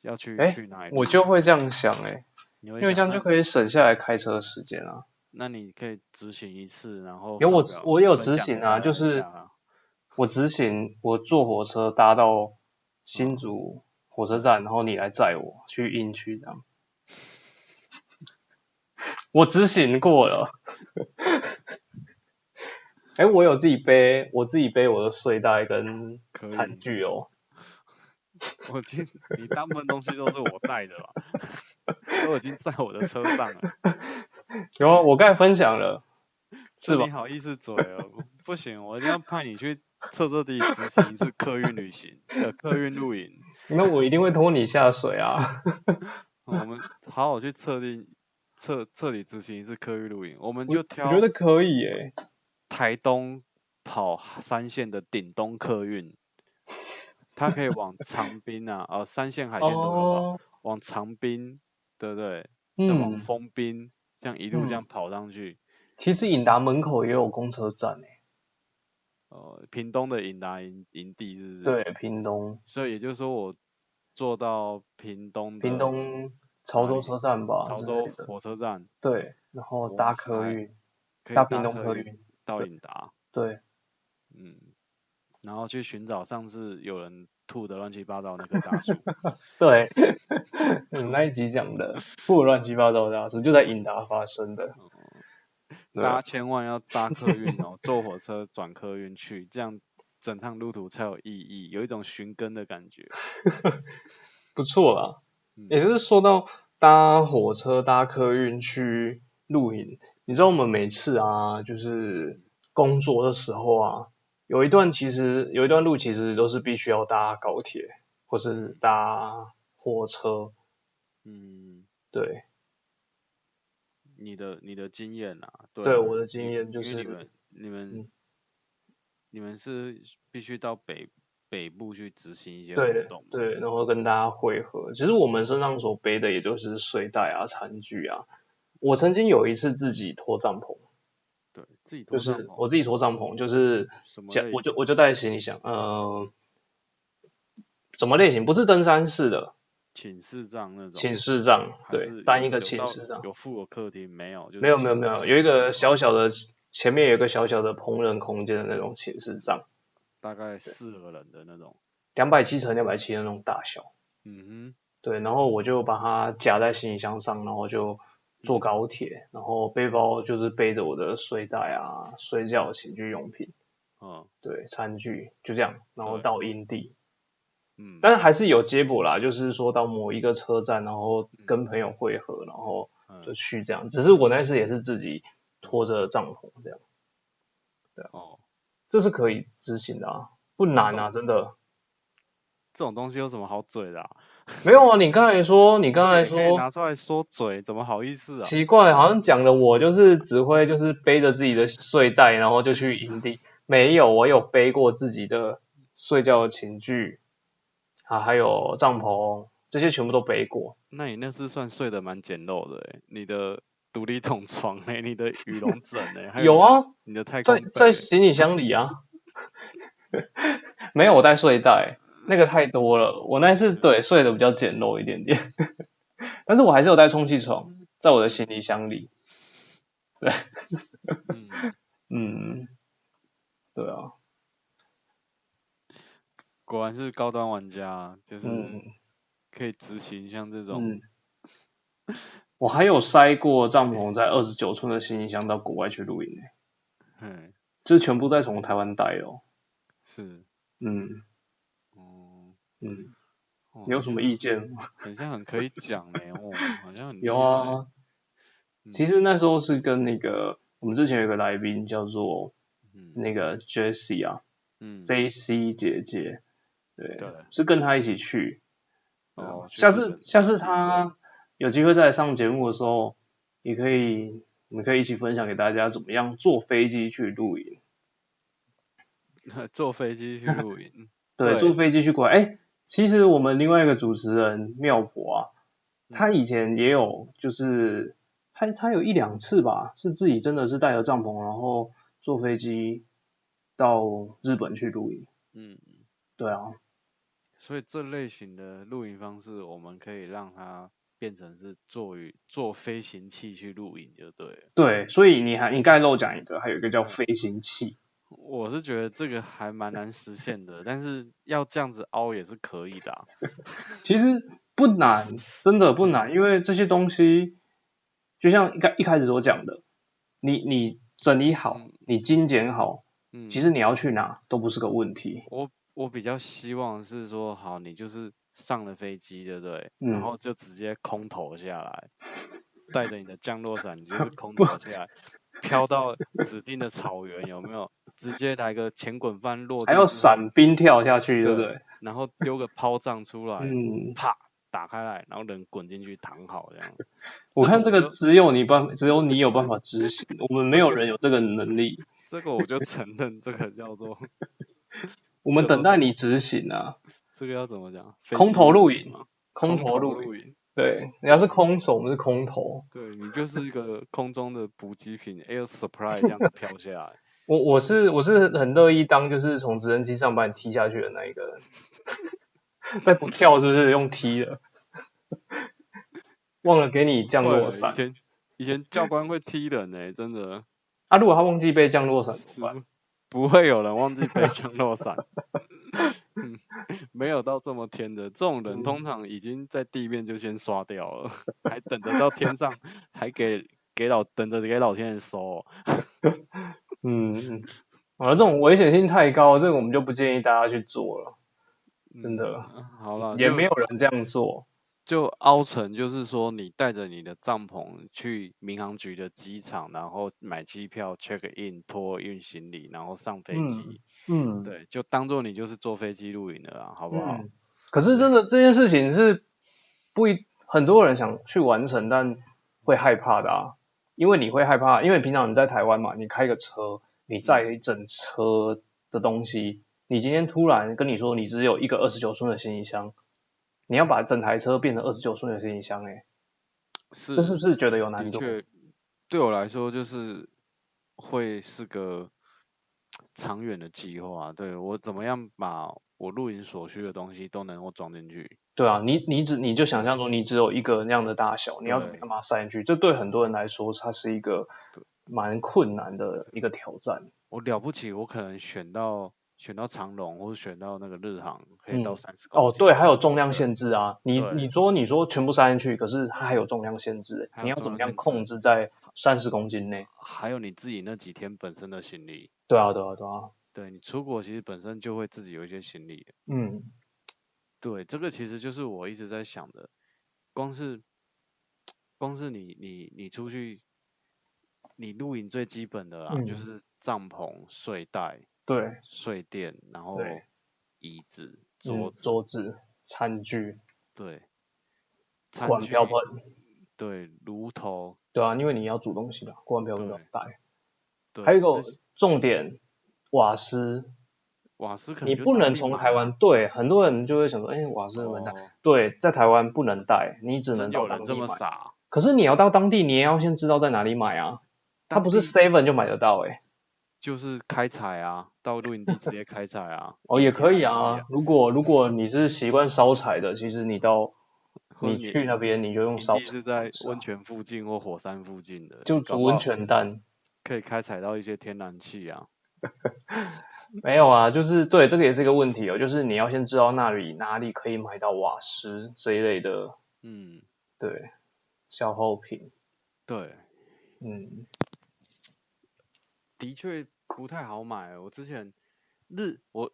S1: 要去
S2: 诶
S1: 去哪里
S2: 我
S1: 露
S2: 就会这样想诶、
S1: 你会
S2: 因为这
S1: 想
S2: 样就
S1: 那
S2: 可以省下来开车时间啊。
S1: 那你可以执行一次，然后
S2: 有
S1: 发
S2: 我
S1: 表
S2: 我有
S1: 分
S2: 执
S1: 享
S2: 行
S1: 给
S2: 啊
S1: 大家
S2: 就
S1: 一
S2: 是
S1: 下啊 *laughs*
S2: 我执行，我坐火车搭到新竹火车站，然后你来载我去营区这样。我执行过了。诶、我有自己背，我自己背我的睡袋跟
S1: 可
S2: 餐
S1: 以。
S2: 具哦。
S1: 我已经你大部分东西都是我带的吧， *laughs*
S2: *laughs*
S1: 都已经在我的车上了。
S2: 有啊，我刚才分享了，
S1: 这
S2: 是吧
S1: 你好意思嘴哦？ *laughs* 不行，我一定要派你去彻彻底底执行一次客运旅行，呃，客运露营。
S2: 那我一定会拖你下水啊！
S1: 我们好好去测定彻彻底执行一次客运露营，我们
S2: 我
S1: 就
S2: 我
S1: 挑
S2: 觉得可以诶、
S1: 台东跑三线的顶东客运，它可以往长滨啊，哦，三线海鲜都有吧，
S2: 哦，
S1: 往长滨，对不对？再往
S2: 嗯，
S1: 丰滨，这样一路
S2: 嗯
S1: 这样跑上去，
S2: 其实颖达门口也有公车站诶、
S1: 呃，屏东的营达营营地是不是？。
S2: 对，屏东，
S1: 所以也就是说，我坐到屏东的
S2: 屏东潮州车站吧，
S1: 潮
S2: 之
S1: 州
S2: 类的，
S1: 火车站，
S2: 对，然后
S1: 我
S2: 搭
S1: 们
S2: 客
S1: 还
S2: 运，
S1: 可以搭
S2: 搭屏东客
S1: 客运
S2: 运，
S1: 到
S2: 对
S1: 营达。
S2: 对，
S1: 嗯，然后去寻找上次有人吐的乱七八糟那棵大
S2: *laughs*
S1: 树， *laughs*
S2: 对，嗯，那一集讲的不如乱七八糟的大叔就在颖达发生的，
S1: 大
S2: 对
S1: 家
S2: 啊，
S1: 千万要搭客运
S2: *laughs*
S1: 哦，坐火车转客运去，这样整趟路途才有意义，有一种寻根的感觉。
S2: 不错啦。
S1: 嗯
S2: 也是说到搭火车、搭客运去露营，你知道我们每次啊，就是工作的时候啊，有一段其实有一段路其实都是必须要搭高铁或是搭火车，
S1: 嗯，
S2: 对
S1: 你的你的经验啊，对
S2: 对，
S1: 啊
S2: 我的经验
S1: 因
S2: 就
S1: 为你
S2: 是
S1: 们你们、
S2: 嗯
S1: 你们是必须到北北部去执行一些活
S2: 对
S1: 动嘛，
S2: 对，然后跟大家会合。其实我们身上所背的也就是睡袋啊、餐具啊。我曾经有一次自己拖帐篷，
S1: 对，自己哦拖
S2: 就
S1: 帐
S2: 是我
S1: 篷，
S2: 自己拖帐篷，就是
S1: 什么
S2: 像
S1: 类
S2: 我就
S1: 型
S2: 我就带行李箱，呃，什么类型？不是登山式的
S1: 寝室帐那种，
S2: 寝室帐，
S1: 还
S2: 对
S1: 是，
S2: 单
S1: 有
S2: 一个
S1: 有
S2: 寝
S1: 到
S2: 室帐，
S1: 有附有客厅没有？就是
S2: 没有
S1: 寝
S2: 没有没有，
S1: 室
S2: 有一
S1: 帐
S2: 个小小的前面有一个小小的烹饪空间的那种寝室帐，
S1: 大概四个人的那种。
S2: 两百七乘两百七那种大小，
S1: 嗯
S2: 对，然后我就把它夹在行李箱上，然
S1: 嗯
S2: 后就坐高铁，然后背包就是背着我的睡袋啊、睡觉寝具用品，
S1: 哼，哦
S2: 对，餐具就这样，然后
S1: 对
S2: 到营地。
S1: 嗯
S2: 但是还是有接驳啦，就是说到某一个车站，然后跟朋友会合，然后
S1: 嗯
S2: 就
S1: 嗯
S2: 去这样。只是我那次也是自己拖着帐篷这样，
S1: 哦，
S2: 这是可以执行的啊，不难啊，真的。
S1: 这种东西有什么好嘴的、啊？
S2: 没有啊，你刚才说，你
S1: 这
S2: 刚才
S1: 也可以拿
S2: 说
S1: 出来说嘴，怎么好意思啊？
S2: 奇怪，好像讲的我就是只会就是背着自己的睡袋，然后就去营地。没有，我有背过自己的睡觉的寝具啊，还有帐篷，这些全部都背过。
S1: 那你那次算睡得蛮简陋的、欸，你的独立筒床哎、你的羽绒枕哎、还
S2: 有啊，
S1: 你的，你的太空
S2: 在
S1: 被欸、
S2: 在行李箱里啊， *laughs* 没有，我带睡袋，那个太多了。我那一次对睡得比较简陋一点 *laughs* 点，但是我还是有带充气床，在我的行李箱里。
S1: 嗯，
S2: 嗯，对啊，
S1: 果然是高端玩家，啊就是
S2: 嗯
S1: 可以执行像这种，
S2: 嗯，我还有塞过帐篷在二十九寸的行李箱到国外去露营欸，
S1: 嗯，
S2: 这全部在从台湾带哦。
S1: 是，
S2: 嗯
S1: 哦、
S2: 嗯，
S1: 哦
S2: 你有什么意？见吗？
S1: 很像很可以讲哎、哦，好像很
S2: 有
S1: 厉害
S2: 啊，，
S1: 嗯
S2: 其实那时候是跟那个我们之前有个来宾叫做。
S1: 嗯
S2: 那个 Jessie 啊
S1: 嗯，
S2: ，J C 姐姐，对，
S1: 对，
S2: 是跟她一起去。
S1: 哦
S2: 嗯下
S1: 去日
S2: 次
S1: 本
S2: 下次她有机会再来上节目的时候，也可以，我们可以一起分享给大家怎么样坐飞机去露营。
S1: *laughs* 坐飞机
S2: *laughs*
S1: 去露营，
S2: 对，
S1: 对
S2: 坐飞机去国外。哎，其实我们另外一个主持人妙婆啊，
S1: 嗯
S2: 她以前也有，就是她她有一两次吧，是自己真的是带着帐篷，然后坐飞机到日本去露营。
S1: 嗯，
S2: 对啊，
S1: 所以这类型的露营方式，我们可以让它变成是坐于坐飞行器去露营就对了。
S2: 对，所以你还你刚才漏讲一个，还有一个叫飞行器。
S1: 我是觉得这个还蛮难实现的，但是要这样子凹也是可以的
S2: *laughs*
S1: 啊、
S2: 其实不难，真的不难，因为这些东西就像一开一开始所讲的，你你整理好
S1: 嗯，
S2: 你精简好，
S1: 嗯，
S2: 其实你要去哪都不是个问题。
S1: 我我比较希望是说，好，你就是上了飞机，对不对？
S2: 嗯
S1: 然后
S2: *laughs*
S1: 就直接空投下来，带着你的降落伞，你就是空投下来，飘到指定的草原，有没有？直接来个前滚翻落地，
S2: 还要，伞冰跳下去，对
S1: 嗯
S2: 不
S1: 对
S2: 对？
S1: 然后丢个抛杖出来，
S2: 嗯，
S1: 啪打开来，然后人滚进去躺好这样。
S2: 我看
S1: 这
S2: 这
S1: 个
S2: 个只有你办，只有你有办法执行，我们没有人有这个能力。
S1: 这个我就承认，这个叫做
S2: 我们等待你执行啊，
S1: 这个要怎么讲？
S2: 空投露营
S1: 嘛，
S2: 空
S1: 投
S2: 投露营。
S1: 营。
S2: 对，人家是空手，我们是空投。
S1: 对你就是一个空中的补给品，air supply
S2: *laughs*
S1: 这样子飘下来。
S2: 我我是我是很乐意当就是从直升机上把你踢下去的那一个人， *laughs* 再不跳是不是用踢的？忘了给你降
S1: 会
S2: 落
S1: 以
S2: 伞
S1: 前以前教官会踢人呢、真的
S2: 啊！如果他忘记背降落伞
S1: 是啊
S2: 怎么办？
S1: *laughs* 不会有人忘记背降落伞。嗯， *laughs* 没有到这么天的，这种人通常已经在地面就先刷掉
S2: *laughs*
S1: 了，还等着到天上，还给给老等着给老天爷收哦、
S2: 嗯嗯，好了，这种危险性太高，这个我们就不建议大家去做了，真的
S1: 嗯好了，
S2: 也
S1: 就
S2: 没有人这样做。
S1: 就凹成就是说，你带着你的帐篷去民航局的机场，然后买机票、check in、托运行李，然后上飞
S2: 嗯
S1: 机。
S2: 嗯，
S1: 对，就当做你就是坐飞机露营的啦，好不好？
S2: 嗯可是真的这件事情是不一很多人想去完成，但会害怕的啊，因为你会害怕，因为平常你在台湾嘛，你开个车，你载一整车的东西，你今天突然跟你说你只有一个二十九寸的行李箱，你要把整台车变成二十九寸的行李箱、欸，
S1: 是
S2: 这是不是觉得有难
S1: 的
S2: 度？
S1: 确，对我来说就是会是个长远的计划。对我怎么样把我露营所需的东西都能够装进去？
S2: 对啊，你你只你就想象说你只有一个那样的大小，你要
S1: 对
S2: 怎么样把它塞进去？这对很多人来说，它是一个蛮困难的一个挑战。
S1: 我了不起，我可能选到选到长龙，或者选到那个日航，可以到
S2: 嗯
S1: 三十公
S2: 哦，
S1: 斤。
S2: 对，还有重量限制啊！你
S1: 对
S2: 你说你说全部塞进去，可是它还有重量限制
S1: 还，有
S2: 你要怎么
S1: 重量
S2: 样
S1: 限制
S2: 控制在三十公斤内？
S1: 还有你自己那几天本身的行李。
S2: 对啊，对啊，对啊，
S1: 对你出国其实本身就会自己有一些行李。
S2: 嗯
S1: 对，这个其实就是我一直在想的，光是光是你你你出去，你露营最基本的啦，就
S2: 嗯
S1: 是帐篷、睡袋、
S2: 对，
S1: 睡垫，然后
S2: 对
S1: 椅子、桌
S2: 嗯，
S1: 子，
S2: 桌子、餐具、
S1: 对，餐
S2: 锅碗
S1: 具
S2: 瓢盆，
S1: 对，炉头，
S2: 对啊，因为你要煮东西嘛，锅碗瓢盆要
S1: 对
S2: 带。
S1: 对，
S2: 还有一个
S1: 但是
S2: 重点，瓦斯，
S1: 瓦斯可能
S2: 你
S1: 就
S2: 不
S1: 当
S2: 能
S1: 地
S2: 从
S1: 买
S2: 台
S1: 啊
S2: 湾对，很多人就会想说，哎，瓦斯能不能带？
S1: 哦
S2: 对，在台湾不能带，你只能
S1: 真
S2: 到
S1: 有
S2: 当
S1: 人这
S2: 地
S1: 么
S2: 买。
S1: 傻啊？
S2: 可是你要到当地，你也要先知道在哪里买啊。它
S1: 当
S2: 不是
S1: 地
S2: Seven 就买得到哎、
S1: 就是开采啊，到露营地直接开采啊，
S2: 哦，也可以
S1: 也可以
S2: 啊
S1: 啊。
S2: 如果如果你是习惯烧柴的，其实你到
S1: 或者
S2: 你去那边你就用
S1: 营
S2: 烧
S1: 地
S2: 柴
S1: 是在
S2: 是啊
S1: 温泉附近或火山附近的，
S2: 就
S1: 搞
S2: 煮
S1: 不
S2: 温
S1: 好
S2: 泉蛋。
S1: 可以开采到一些天然气啊。
S2: 没有啊，就是对这个也是一个问题哦，就是你要先知道那里哪里可以买到瓦斯这一类的
S1: 嗯，
S2: 对消耗品。
S1: 对，
S2: 嗯
S1: 的确不太好买。哦我之前日我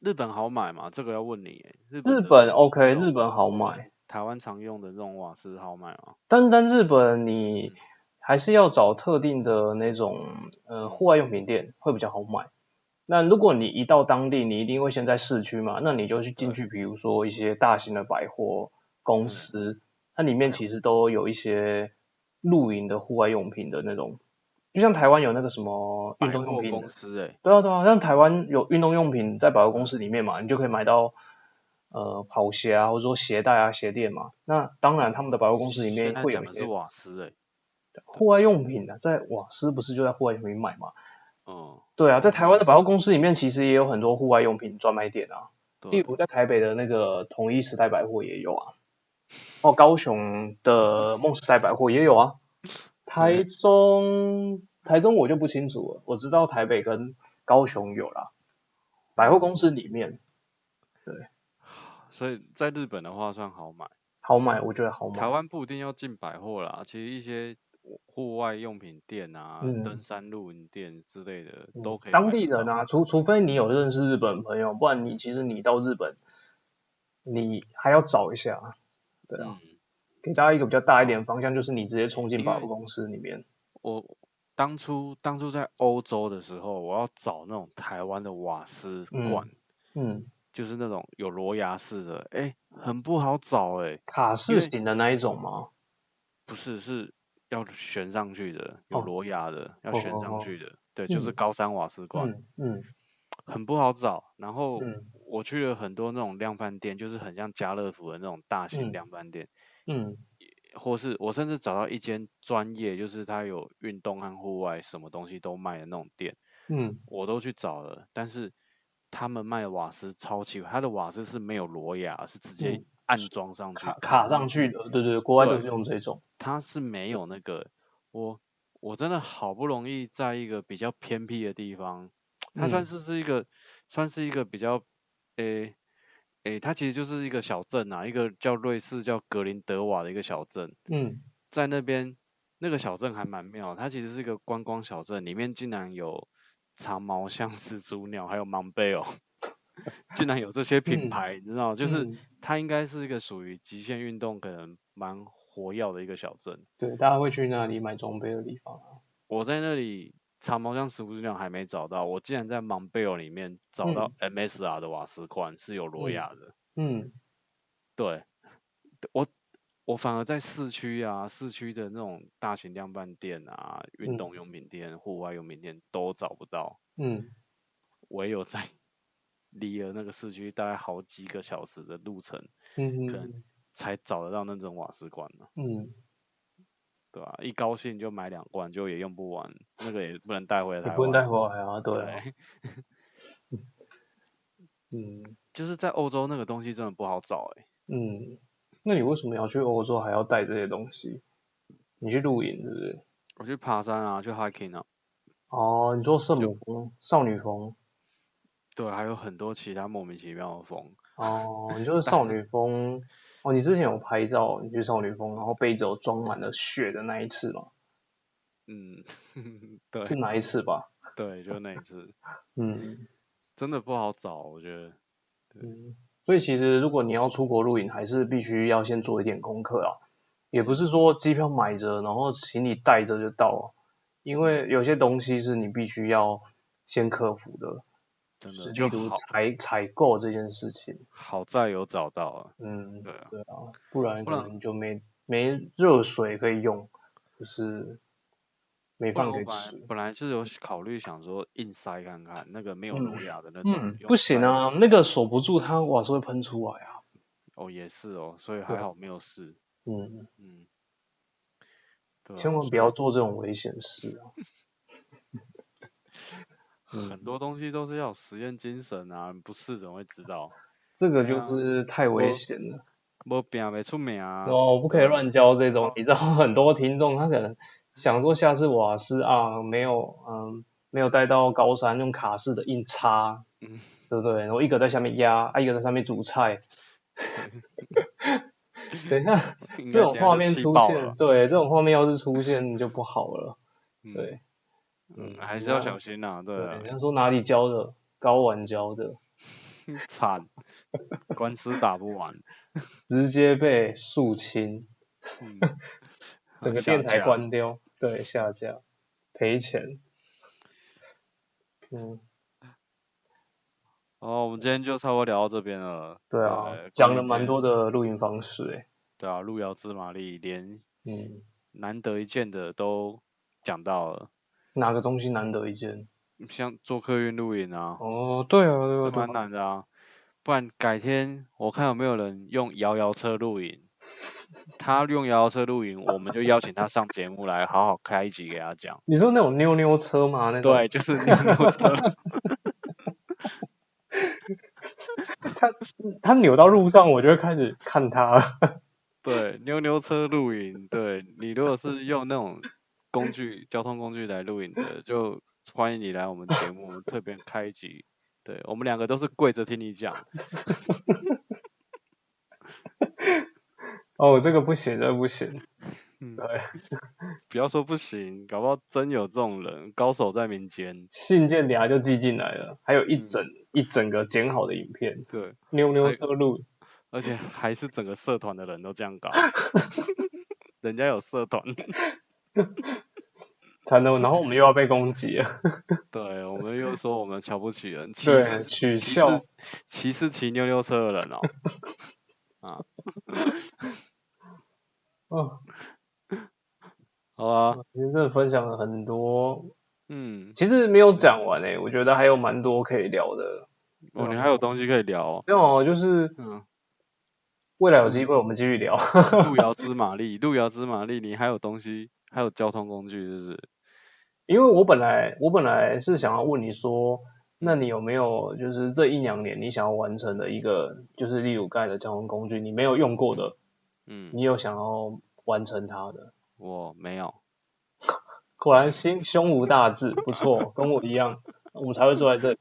S1: 日本好买嘛？这个要问你耶，日本
S2: 日
S1: 日
S2: 本 OK，
S1: 这种
S2: 日本好买，
S1: 台湾常用的这种瓦斯好买吗？
S2: 单单日本你还是要找特定的那种呃户外用品店会比较好买。那如果你一到当地，你一定会先在市区嘛，那你就去进去，比如说一些大型的百货公司，它里面其实都有一些露营的户外用品的那种，就像台湾有那个什么运
S1: 百
S2: 动用
S1: 货
S2: 品的
S1: 公司哎、
S2: 对啊对啊，像台湾有运动用品在百货公司里面嘛，你就可以买到呃跑鞋啊，或者说鞋带啊、鞋垫嘛。那当然，他们的百货公司里
S1: 现
S2: 面
S1: 在
S2: 会有
S1: 讲
S2: 一
S1: 的是
S2: 些
S1: 瓦斯哎、
S2: 户外用品的、在瓦斯不是就在户外用品买嘛？
S1: 嗯，
S2: 对啊，在台湾的百货公司里面其实也有很多户外用品专卖店啊，
S1: 对，
S2: 例如在台北的那个统一时代百货也有啊，哦，高雄的梦时代百货也有啊，台
S1: 嗯
S2: 中台中我就不清楚了，我知道台北跟高雄有啦，百货公司里面
S1: 所以在日本的话算好买。
S2: 好买，我觉得好
S1: 台
S2: 买，
S1: 湾不一定要进百货啦，其实一些户外用品店啊、
S2: 嗯
S1: 登山露营店之类的都可以买得到。
S2: 当地人啊，除除非你有认识日本朋友，不然你其实你到日本，你还要找一下，对啊，
S1: 嗯，
S2: 给大家一个比较大一点的方向，就是你直接冲进
S1: 因
S2: 百
S1: 为
S2: 货公司里面，
S1: 我当初当初在欧洲的时候，我要找那种台湾的瓦斯罐，
S2: 嗯，
S1: 就是那种有螺牙式的，哎、很不好找哎、
S2: 卡
S1: 因
S2: 式
S1: 为
S2: 型的那一种吗？
S1: 不是是要悬上去的，有
S2: 哦
S1: 螺牙的，要
S2: 哦
S1: 悬
S2: 哦
S1: 上
S2: 哦
S1: 去的，对，就是
S2: 嗯
S1: 高山瓦斯罐，
S2: 嗯嗯
S1: 很不好找。然后
S2: 嗯
S1: 我去了很多那种量贩店，就是很像家乐福的那种大型
S2: 嗯
S1: 量贩店，
S2: 嗯
S1: 或是我甚至找到一间专业，就是它有运动和户外什么东西都卖的那种店，
S2: 嗯
S1: 我都去找了，但是他们卖的瓦斯超奇怪，它的瓦斯是没有螺牙，是直接
S2: 嗯
S1: 安装上去
S2: 卡
S1: 的，
S2: 卡上去的，对对对，国外
S1: 对
S2: 都是用这种。
S1: 它是没有那个，我我真的好不容易在一个比较偏僻的地方，它算
S2: 嗯
S1: 是是一个、算是一个比较，诶、诶、它其实就是一个小镇啊，一个叫瑞士叫格林德瓦的一个小镇，
S2: 嗯
S1: 在那边那个小镇还蛮妙，它其实是一个观光小镇，里面竟然有长毛象、始祖鸟，还有芒贝哦， *laughs* 竟然有这些品
S2: 嗯
S1: 牌，你知道，就是
S2: 嗯
S1: 它应该是一个属于极限运动可能蛮活跃的一个小镇。
S2: 对，大家会去那里买装备的地方啊。
S1: 我在那里长毛象、始祖鸟还没找到，我竟然在芒贝哦尔里面找到 MSR 的瓦斯罐是有罗
S2: 嗯
S1: 亚的，
S2: 嗯
S1: 对，我我反而在市区啊，市区的那种大型量贩店啊、运
S2: 嗯
S1: 动用品店、户外用品店都找不到，
S2: 嗯
S1: 唯有在离了那个市区大概好几个小时的路程，
S2: 嗯
S1: 可
S2: 嗯
S1: 才找得到那种瓦斯罐呢、
S2: 嗯，
S1: 对吧、一高兴就买两罐，就也用不完，那个也不能带回
S2: 也
S1: 台
S2: 不能
S1: 湾。
S2: 带回来啊，对啊，
S1: 对，
S2: 嗯
S1: 就是在欧洲那个东西真的不好找哎、
S2: 嗯，那你为什么要去欧洲还要带这些东西？你去露营是不是？
S1: 我去爬山啊，去 hiking 啊，
S2: 哦，你说圣母峰、少女峰，
S1: 对，还有很多其他莫名其妙的风。
S2: 哦，你说少女峰，哦，你之前有拍照，你去少女峰，然后背着装满了雪的那一次嘛，
S1: 嗯， *laughs* 对
S2: 是哪一次吧？
S1: 对，就那一次。
S2: 嗯
S1: 真的不好找，我觉得。
S2: 嗯，所以其实如果你要出国露营，还是必须要先做一点功课啊，也不是说机票买着，然后行李带着就到了，因为有些东西是你必须要先克服的，
S1: 真
S2: 是
S1: 的
S2: 例
S1: 嗯就
S2: 如
S1: 好
S2: 采采购这件事情，
S1: 好在有找到啊，
S2: 嗯，
S1: 对啊，
S2: 对啊，不然
S1: 不
S2: 可
S1: 然
S2: 能你就没没热水可以用，就是没
S1: 不然
S2: 饭
S1: 我
S2: 可以
S1: 本来
S2: 吃。嗯
S1: 本来是有考虑想说硬塞看看那个没有
S2: 嗯
S1: 儒雅的那种，
S2: 嗯，
S1: 用
S2: 不行
S1: 塞
S2: 啊，那个守不住它瓦斯会喷出来啊。
S1: 哦也是哦，所以
S2: 对
S1: 还
S2: 啊
S1: 好没有事，
S2: 嗯，
S1: 嗯，对啊
S2: 千万不要做这种危险事啊。嗯
S1: 很多东西都是要有实验精神啊，你不试怎么会知道？
S2: 这个
S1: 对
S2: 就
S1: 啊
S2: 是太危险了，
S1: 没病没出名啊，
S2: 哦，不可以
S1: 对
S2: 乱教这种。你知道很多听众他可能想说下次瓦斯啊没有嗯没有带到高山，用卡式的硬插，
S1: 嗯
S2: 对不对？然后一个在下面压，啊一个在上面煮菜。 *laughs* 等
S1: *laughs*
S2: 一下，
S1: 应
S2: 这
S1: 该
S2: 种
S1: 等下
S2: 画
S1: 就
S2: 面
S1: 气
S2: 出
S1: 爆
S2: 现，
S1: 了，
S2: 对，这种画面要是出现就不好了，
S1: 嗯
S2: 对，
S1: 嗯，
S2: 嗯
S1: 还是
S2: 人
S1: 要
S2: 家
S1: 小心啊，对
S2: 对，
S1: 啊 *laughs*
S2: 人，家说哪里教的，高玩教的，
S1: 惨，官司打不完，
S2: 直接被肃清，
S1: 嗯，
S2: *laughs* 整个
S1: 下
S2: 电台
S1: 架
S2: 关掉，对，下架，赔钱，嗯，
S1: 哦，我们今天就差不多聊到这边了。
S2: 对啊
S1: 呃，
S2: 讲
S1: 关于
S2: 了蛮
S1: 这
S2: 多的露营方式、欸，
S1: 对啊，路遥知马力，连
S2: 嗯，
S1: 难得一见的都讲到了，
S2: 哪个东西难得一见？
S1: 像做客运露营啊，
S2: 哦，对啊，对
S1: 这
S2: 啊，对
S1: 蛮
S2: 啊，
S1: 难的啊。不然改天我看有没有人用摇摇车露营，他用摇摇车露营，我们就邀请他上节目来，好好开一集给他
S2: *laughs*
S1: 讲。
S2: 你说那种妞妞车吗？那种，
S1: 对，就是扭扭车，
S2: 他扭到路上，我就会开始看他了，
S1: 对，扭扭车露营，对你如果是用那种工具、交通工具来露营的，就欢迎你来我们节目，我们特别开一集。对我们两个都是跪着听你讲，
S2: 哦，这个不行，这个不行，
S1: 嗯
S2: 对。
S1: 不要说不行，搞不好真有这种人，高手在民间。
S2: 信件等下就寄进来了，还有一
S1: 嗯
S2: 整、一整个剪好的影片，
S1: 对，
S2: 妞妞
S1: 还
S2: 车路，
S1: 而且还是整个社团
S2: *laughs*
S1: 的人都这样搞，人家有社团，
S2: 才能，然后我们又要被攻击了，
S1: 对，我们又说我们瞧不起人，歧
S2: 对，
S1: 视
S2: 取
S1: 歧
S2: 笑
S1: 视，歧视骑溜溜车的人哦。啊，
S2: 哦，
S1: 好啊，
S2: 今天真的分享了很多，
S1: 嗯，
S2: 其实没有讲完诶、欸我觉得还有蛮多可以聊的。啊
S1: 哦，你还有东西可以聊哦。
S2: 没有，啊就是
S1: 嗯，
S2: 未来有机会我们继续聊。 *laughs*
S1: 路遥知马力，路遥知马力，你还有东西，还有交通工具，是不是？
S2: 因为我本来我本来是想要问你说，那你有没有就是这一两年你想要完成的一个，就是例如刚才的交通工具，你没有用过的，
S1: 嗯，
S2: 你有想要完成它的？
S1: 我没有。
S2: 果然心胸无大志，不错，跟我一样，我们才会坐在这里。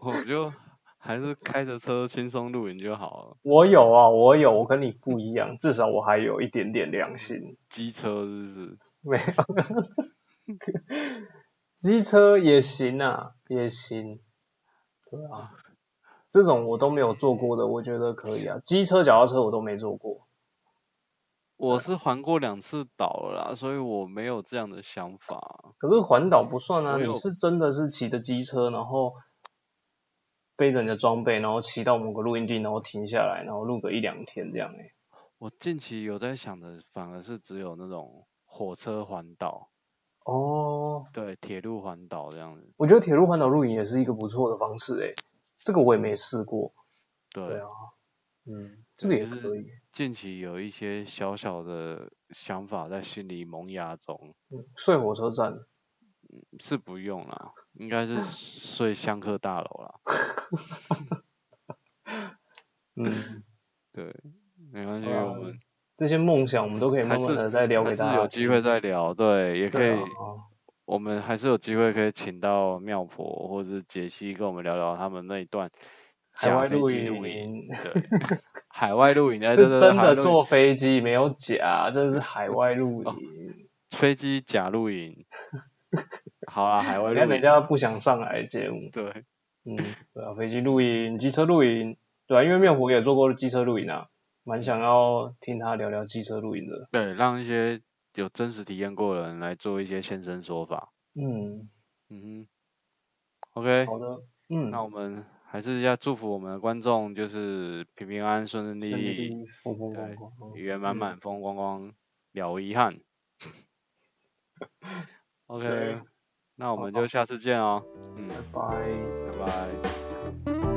S1: 我就还是开着车轻松露营就好了。
S2: 我有啊，我有，我跟你不一样，至少我还有一点点良心。
S1: 机车是不是？
S2: 没有，机车也行啊，也行。对啊，这种我都没有坐过的，我觉得可以啊。机车、脚踏车我都没坐过。
S1: 我是环过两次岛了啦，所以我没有这样的想法。
S2: 可是环岛不算啊，
S1: 我有
S2: 你是真的是骑着机车，然后背着你的装备，然后骑到某个录音地，然后停下来，然后录个一两天这样欸
S1: 我近期有在想的，反而是只有那种火车环岛，
S2: 哦，
S1: 对，铁路环岛这样子。
S2: 我觉得铁路环岛露营也是一个不错的方式诶、欸这个我也没试过。
S1: 对，
S2: 对啊，嗯，这个也
S1: 就是
S2: 可以。
S1: 近期有一些小小的想法在心里萌芽中，
S2: 睡火车站，
S1: 是不用啦，应该是睡香客大楼啦。 *laughs*
S2: 嗯，
S1: 对，没关系，
S2: 好啦
S1: 我们
S2: 这些梦想我们都可以慢慢的再聊
S1: 还
S2: 给
S1: 是
S2: 大家。
S1: 有机会再聊，对，也可
S2: 对
S1: 以
S2: 啊，啊
S1: 我们还是有机会可以请到妙婆或者是杰西跟我们聊聊他们那一段
S2: 海
S1: 假
S2: 外
S1: 飞
S2: 露
S1: 机露营，
S2: 营，
S1: 对，海外露营，哎，对
S2: 是
S1: 对对，
S2: 真
S1: 海外
S2: 的
S1: 露营哦
S2: 坐飞机没有假，这是海外露营。
S1: 飞机假露营，好啦，
S2: *laughs*
S1: 海外
S2: 人家
S1: 露
S2: 人
S1: 营，
S2: 家不想上来节目，
S1: 对，
S2: 嗯，对啊，飞机露营、机车露营，对啊，因为妙虎也做过机车露营啊，蛮想要听他聊聊机车露营的。
S1: 对，让一些有真实体验过的人来做一些现身说法，
S2: 嗯，
S1: 嗯哼，OK，
S2: 好的，嗯，
S1: 哎那我们还是要祝福我们的观众，就是平平安安、顺顺利
S2: 顺
S1: 利。
S2: 利，风风光光。嗯
S1: 圆满满、风光光，了无遗憾。OK，
S2: 对
S1: 那我们
S2: 好
S1: 就下次见哦。嗯，
S2: 拜。
S1: 拜拜。